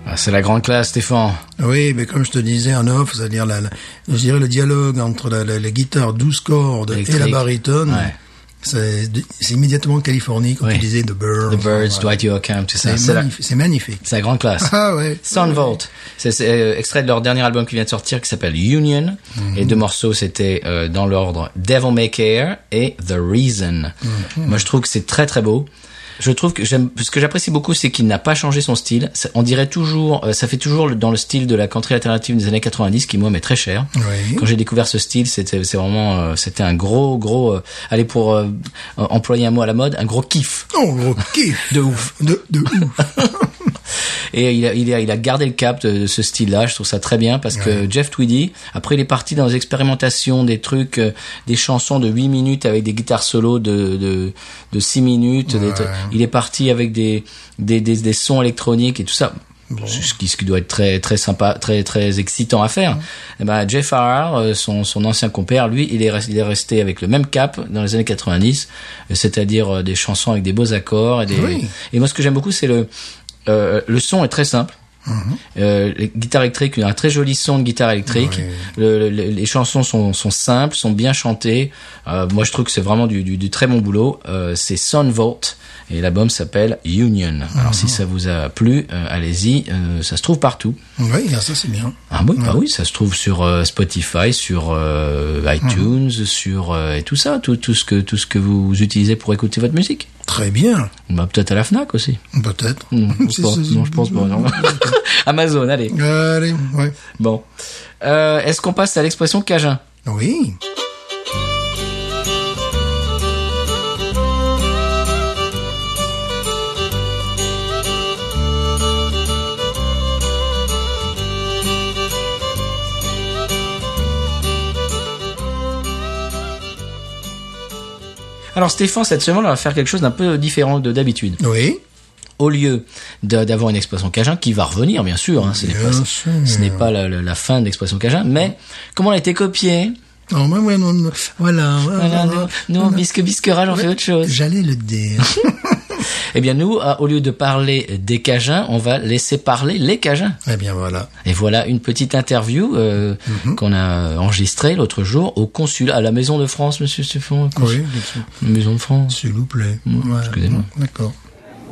S1: Ah, C'est la grande classe, Stéphane.
S2: Oui, mais comme je te disais en off, c'est-à-dire la, la- je dirais le dialogue entre la, la- la guitare 12 cordes et
S1: Électrique.
S2: la barytone
S1: Ouais.
S2: C'est c'est immédiatement Californie, quand
S1: Oui.
S2: tu disais The Birds.
S1: The Birds,
S2: Voilà.
S1: Dwight Yoakam, tout ça.
S2: C'est
S1: C'est la,
S2: magnifique. C'est magnifique.
S1: c'est la grande classe.
S2: Ah ouais.
S1: Soundvolt, c'est c'est, euh, extrait de leur dernier album qui vient de sortir qui s'appelle Union. Et deux morceaux, c'était euh, dans l'ordre Devil May Care et The Reason. Moi, je trouve que c'est très très beau. Je trouve que j'aime, ce que j'apprécie beaucoup, c'est qu'il n'a pas changé son style. Ça- on dirait toujours, euh, ça fait toujours le- dans le style de la country alternative des années 90 qui moi m'est très cher.
S2: Oui.
S1: Quand j'ai découvert ce style, c'était c'est vraiment, euh, c'était un gros gros, euh, allez pour euh, employer un mot à la mode, un gros kiff.
S2: Oh, gros kiff.
S1: De ouf.
S2: De, de ouf.
S1: Et il a, il a, il a gardé le cap de, de ce style-là. Je trouve ça très bien parce que Jeff Tweedy, après, il est parti dans des expérimentations, des trucs, euh, des chansons de 8 minutes avec des guitares solos de, de, de 6 minutes. des trucs. il est parti avec des, des, des, des sons électroniques et tout ça. Ce qui, ce qui doit être très très sympa, très très excitant à faire. Eh ben Jeff Farrar, euh, son, son ancien compère, lui, il est, resté, il est resté avec le même cap dans les années 90, euh, c'est-à-dire euh, des chansons avec des beaux accords et des,
S2: Oui.
S1: et moi, ce que j'aime beaucoup, c'est le euh, le son est très simple. Euh, les guitares électriques, il y a un très joli son de guitare électrique. Le- le- les chansons sont, sont simples, sont bien chantées. Euh, moi, je trouve que c'est vraiment du, du, du très bon boulot. Euh, c'est Sunvolt et l'album s'appelle Union. Alors, si ça vous a plu, euh, allez-y. Euh, ça se trouve partout.
S2: oui, ah, ça c'est bien.
S1: Ah oui, bah oui, ça se trouve sur euh, Spotify, sur euh, iTunes, sur euh, et tout ça, tout, tout ce que tout ce que vous utilisez pour écouter votre musique.
S2: Très bien.
S1: Bah peut-être à la Fnac aussi.
S2: Peut-être.
S1: Non, je pense
S2: C'est-
S1: pas.
S2: c'est-
S1: Non, je pense pas, non. Amazon, allez.
S2: Allez, ouais.
S1: Bon. Euh, Est-ce qu'on passe à l'expression Cajun
S2: Oui.
S1: Alors Stéphane, cette semaine, on va faire quelque chose d'un peu différent de d'habitude.
S2: Oui.
S1: Au lieu de- d'avoir une expression Cajun qui va revenir, bien sûr, hein, ce n'est
S2: Bien
S1: pas,
S2: sûr.
S1: ce n'est pas la, la- la fin de l'expression Cajun, mais comment elle a été copiée
S2: Non, ouais, ouais, non, non. Voilà.
S1: Voilà, nous, nous, on bisque bisquerage, on fait autre chose.
S2: J'allais le dire.
S1: Eh bien, nous, euh, au lieu de parler des Cajuns, on va laisser parler les Cajuns.
S2: eh bien voilà.
S1: Et voilà une petite interview euh, qu'on a enregistrée l'autre jour au consulat, à la Maison de France, Monsieur Stéphane.
S2: Oui,
S1: Maison de France.
S2: s'il vous plaît. Voilà.
S1: Mm,
S2: Mm,
S1: excusez-moi.
S2: D'accord.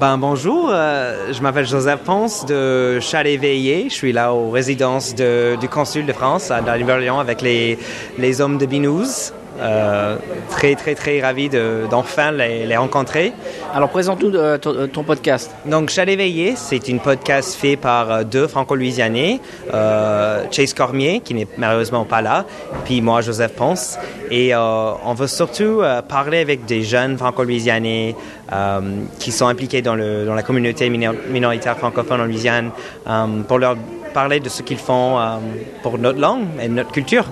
S4: Ben bonjour, euh, je m'appelle Joseph Ponce de Chaléveillé. Je suis là aux résidences de- du consul de France à Lyon avec les, les hommes de Binous. Euh, très très très ravi de- d'enfin les, les rencontrer.
S1: Alors présente-nous euh, ton, podcast.
S4: Donc Chaléveillé, c'est une podcast fait par euh, deux franco-louisianais, euh, Chase Cormier qui n'est malheureusement pas là, puis moi Joseph Ponce. Et euh, on veut surtout euh, parler avec des jeunes franco-louisianais euh, qui sont impliqués dans, le- dans la communauté minor- minoritaire francophone en Louisiane euh, pour leur parler de ce qu'ils font euh, pour notre langue et notre culture.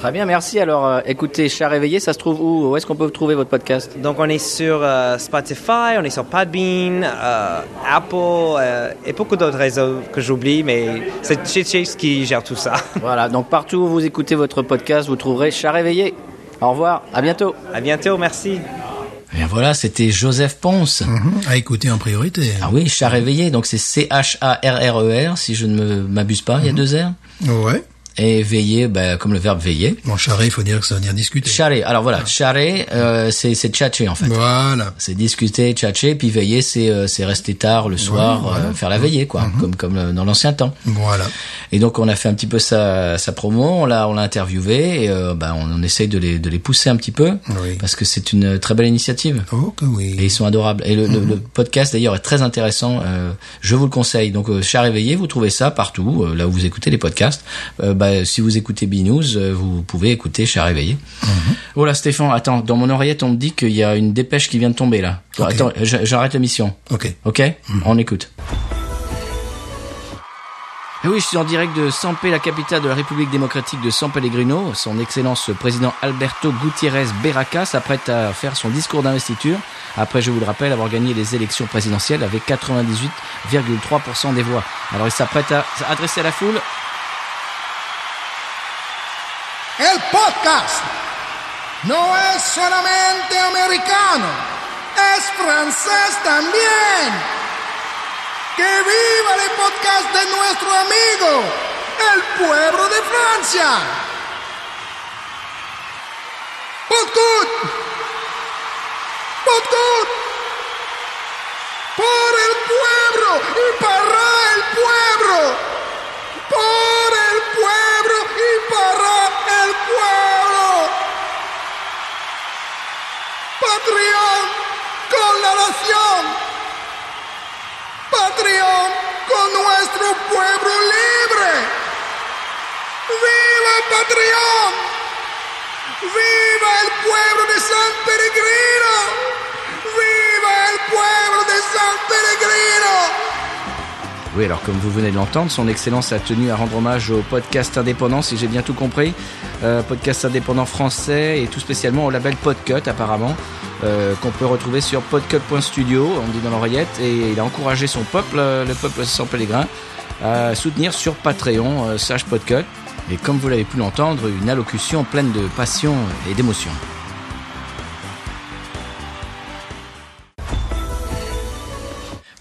S1: Très bien, merci. Alors euh, écoutez, Chat Réveillé, ça se trouve où Où est-ce qu'on peut trouver votre podcast
S4: Donc on est sur euh, Spotify, on est sur Podbean, euh, Apple euh, et beaucoup d'autres réseaux que j'oublie, mais c'est Chase Chase qui gère tout ça.
S1: Voilà, donc partout où vous écoutez votre podcast, vous trouverez Chat Réveillé. Au revoir, à bientôt.
S4: À bientôt, merci.
S1: Bien voilà, c'était Joseph Ponce.
S2: Mhm. À écouter en priorité.
S1: Ah oui, Chat Réveillé, donc c'est C-H-A-R-R-E-R, E si je ne me- m'abuse pas, il y a deux R.
S2: Ouais.
S1: Et veiller, ben, comme le verbe veiller.
S2: Bon, charré, il faut dire que ça veut dire discuter.
S1: Charé, alors voilà, charé, euh, c'est c'est tchatcher en fait.
S2: Voilà.
S1: C'est discuter, tchatcher, puis veiller, c'est euh, c'est rester tard le soir, euh, faire la veillée, quoi, comme, comme euh, dans l'ancien temps.
S2: Voilà.
S1: Et donc on a fait un petit peu sa, sa promo, on l'a on l'a interviewé, et euh, bah, on, on essaye de les, de les pousser un petit peu,
S2: Oui.
S1: parce que c'est une très belle initiative.
S2: Oh que
S1: Et
S2: oui.
S1: ils sont adorables. Et le, le- le podcast d'ailleurs est très intéressant. euh, je vous le conseille. Donc, euh, Chat Réveillé, vous trouvez ça partout, euh, là où vous écoutez les podcasts. Euh, bah, si vous écoutez BNews, euh, vous pouvez écouter Chat Réveillé. Voilà, Stéphane, attends, dans mon oreillette, on me dit qu'il y a une dépêche qui vient de tomber là.
S2: Ok.
S1: Attends, j- j'arrête l'émission.
S2: Ok.
S1: Ok On écoute. Et Eh oui, je suis en direct de San Pé, la capitale de la République démocratique de San Pellegrino. Son Excellence le Président Alberto Gutiérrez Berraca s'apprête à faire son discours d'investiture, après, je vous le rappelle, avoir gagné les élections présidentielles avec 98,3% des voix. Alors il s'apprête à s'adresser à la foule.
S5: El podcast no es solamente americano, es francés también. ¡Que viva el podcast de nuestro amigo, el pueblo de Francia! ¡Podcast! Good. Por el pueblo y para el pueblo. Por el pueblo y para el pueblo. Patrión con la nación. Patrión con nuestro pueblo libre. ¡Viva Patrión! ¡Viva el pueblo de San Peregrino! ¡Viva el pueblo de San Peregrino!
S1: Oui, alors comme vous venez de l'entendre, son excellence a tenu à rendre hommage au podcast indépendant, si j'ai bien tout compris. Euh, podcast indépendant français et tout spécialement au label Podcut apparemment, euh, qu'on peut retrouver sur podcut.studio, on dit dans l'oreillette, et il a encouragé son peuple, euh, le peuple sans pèlerin, à soutenir sur Patreon, euh, sage Podcut, et comme vous l'avez pu l'entendre, une allocution pleine de passion et d'émotion.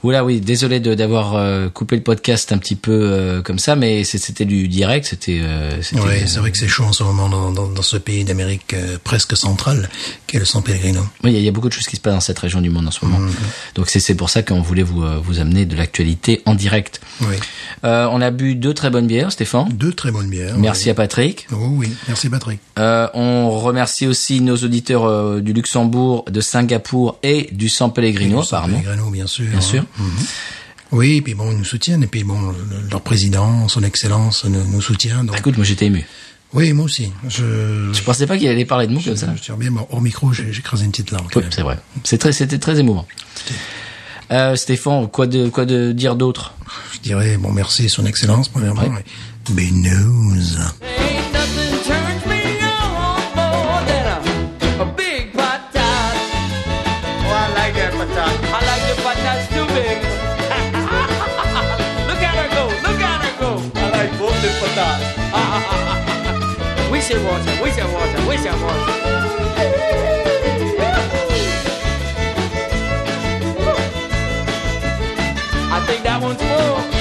S1: Oula oui, désolé de- d'avoir euh, coupé le podcast un petit peu euh, comme ça, mais c'est- c'était du direct, c'était... euh, c'était-
S2: Ouais, c'est vrai que c'est chaud en ce moment dans, dans, dans ce pays d'Amérique euh, presque centrale qu'est le San Pellegrino.
S1: Oui, il y a- il y, a beaucoup de choses qui se passent dans cette région du monde en ce
S2: Mmh.
S1: moment. Donc c'est c'est pour ça qu'on voulait vous, euh, vous amener de l'actualité en direct.
S2: Oui.
S1: Euh, on a bu deux très bonnes bières, Stéphane.
S2: Deux très bonnes bières.
S1: Merci
S2: oui.
S1: à Patrick.
S2: Oh oui, merci Patrick.
S1: Euh, on remercie aussi nos auditeurs euh, du Luxembourg, de Singapour et du San Pellegrino,
S2: San
S1: apparemment.
S2: Pellegrino, bien sûr. hein.
S1: Bien sûr.
S2: Oui, et puis bon, ils nous soutiennent, et puis bon, le- leur président, son excellence, nous, nous soutient.
S1: Bah,
S2: Donc...
S1: écoute, moi j'étais ému.
S2: Oui, moi aussi. Je,
S1: Je pensais pas qu'il allait parler de nous comme ça.
S2: je tiens bien, bon, hors micro, j'ai j'ai écrasé une petite larme. quand
S1: Oui,
S2: même.
S1: c'est vrai. C'est très, c'était très émouvant. Euh, Stéphane, quoi de, quoi de dire d'autre
S2: Je dirais, bon, merci son excellence, premièrement. et Benouze.
S6: Ain't nothing turns me on more than a, a big patat. Oh, I like that patat. I like the patats too big. look at her go, look at her go. I like both the patats. we should watch her, we should watch her, we should watch her. I think that one's full.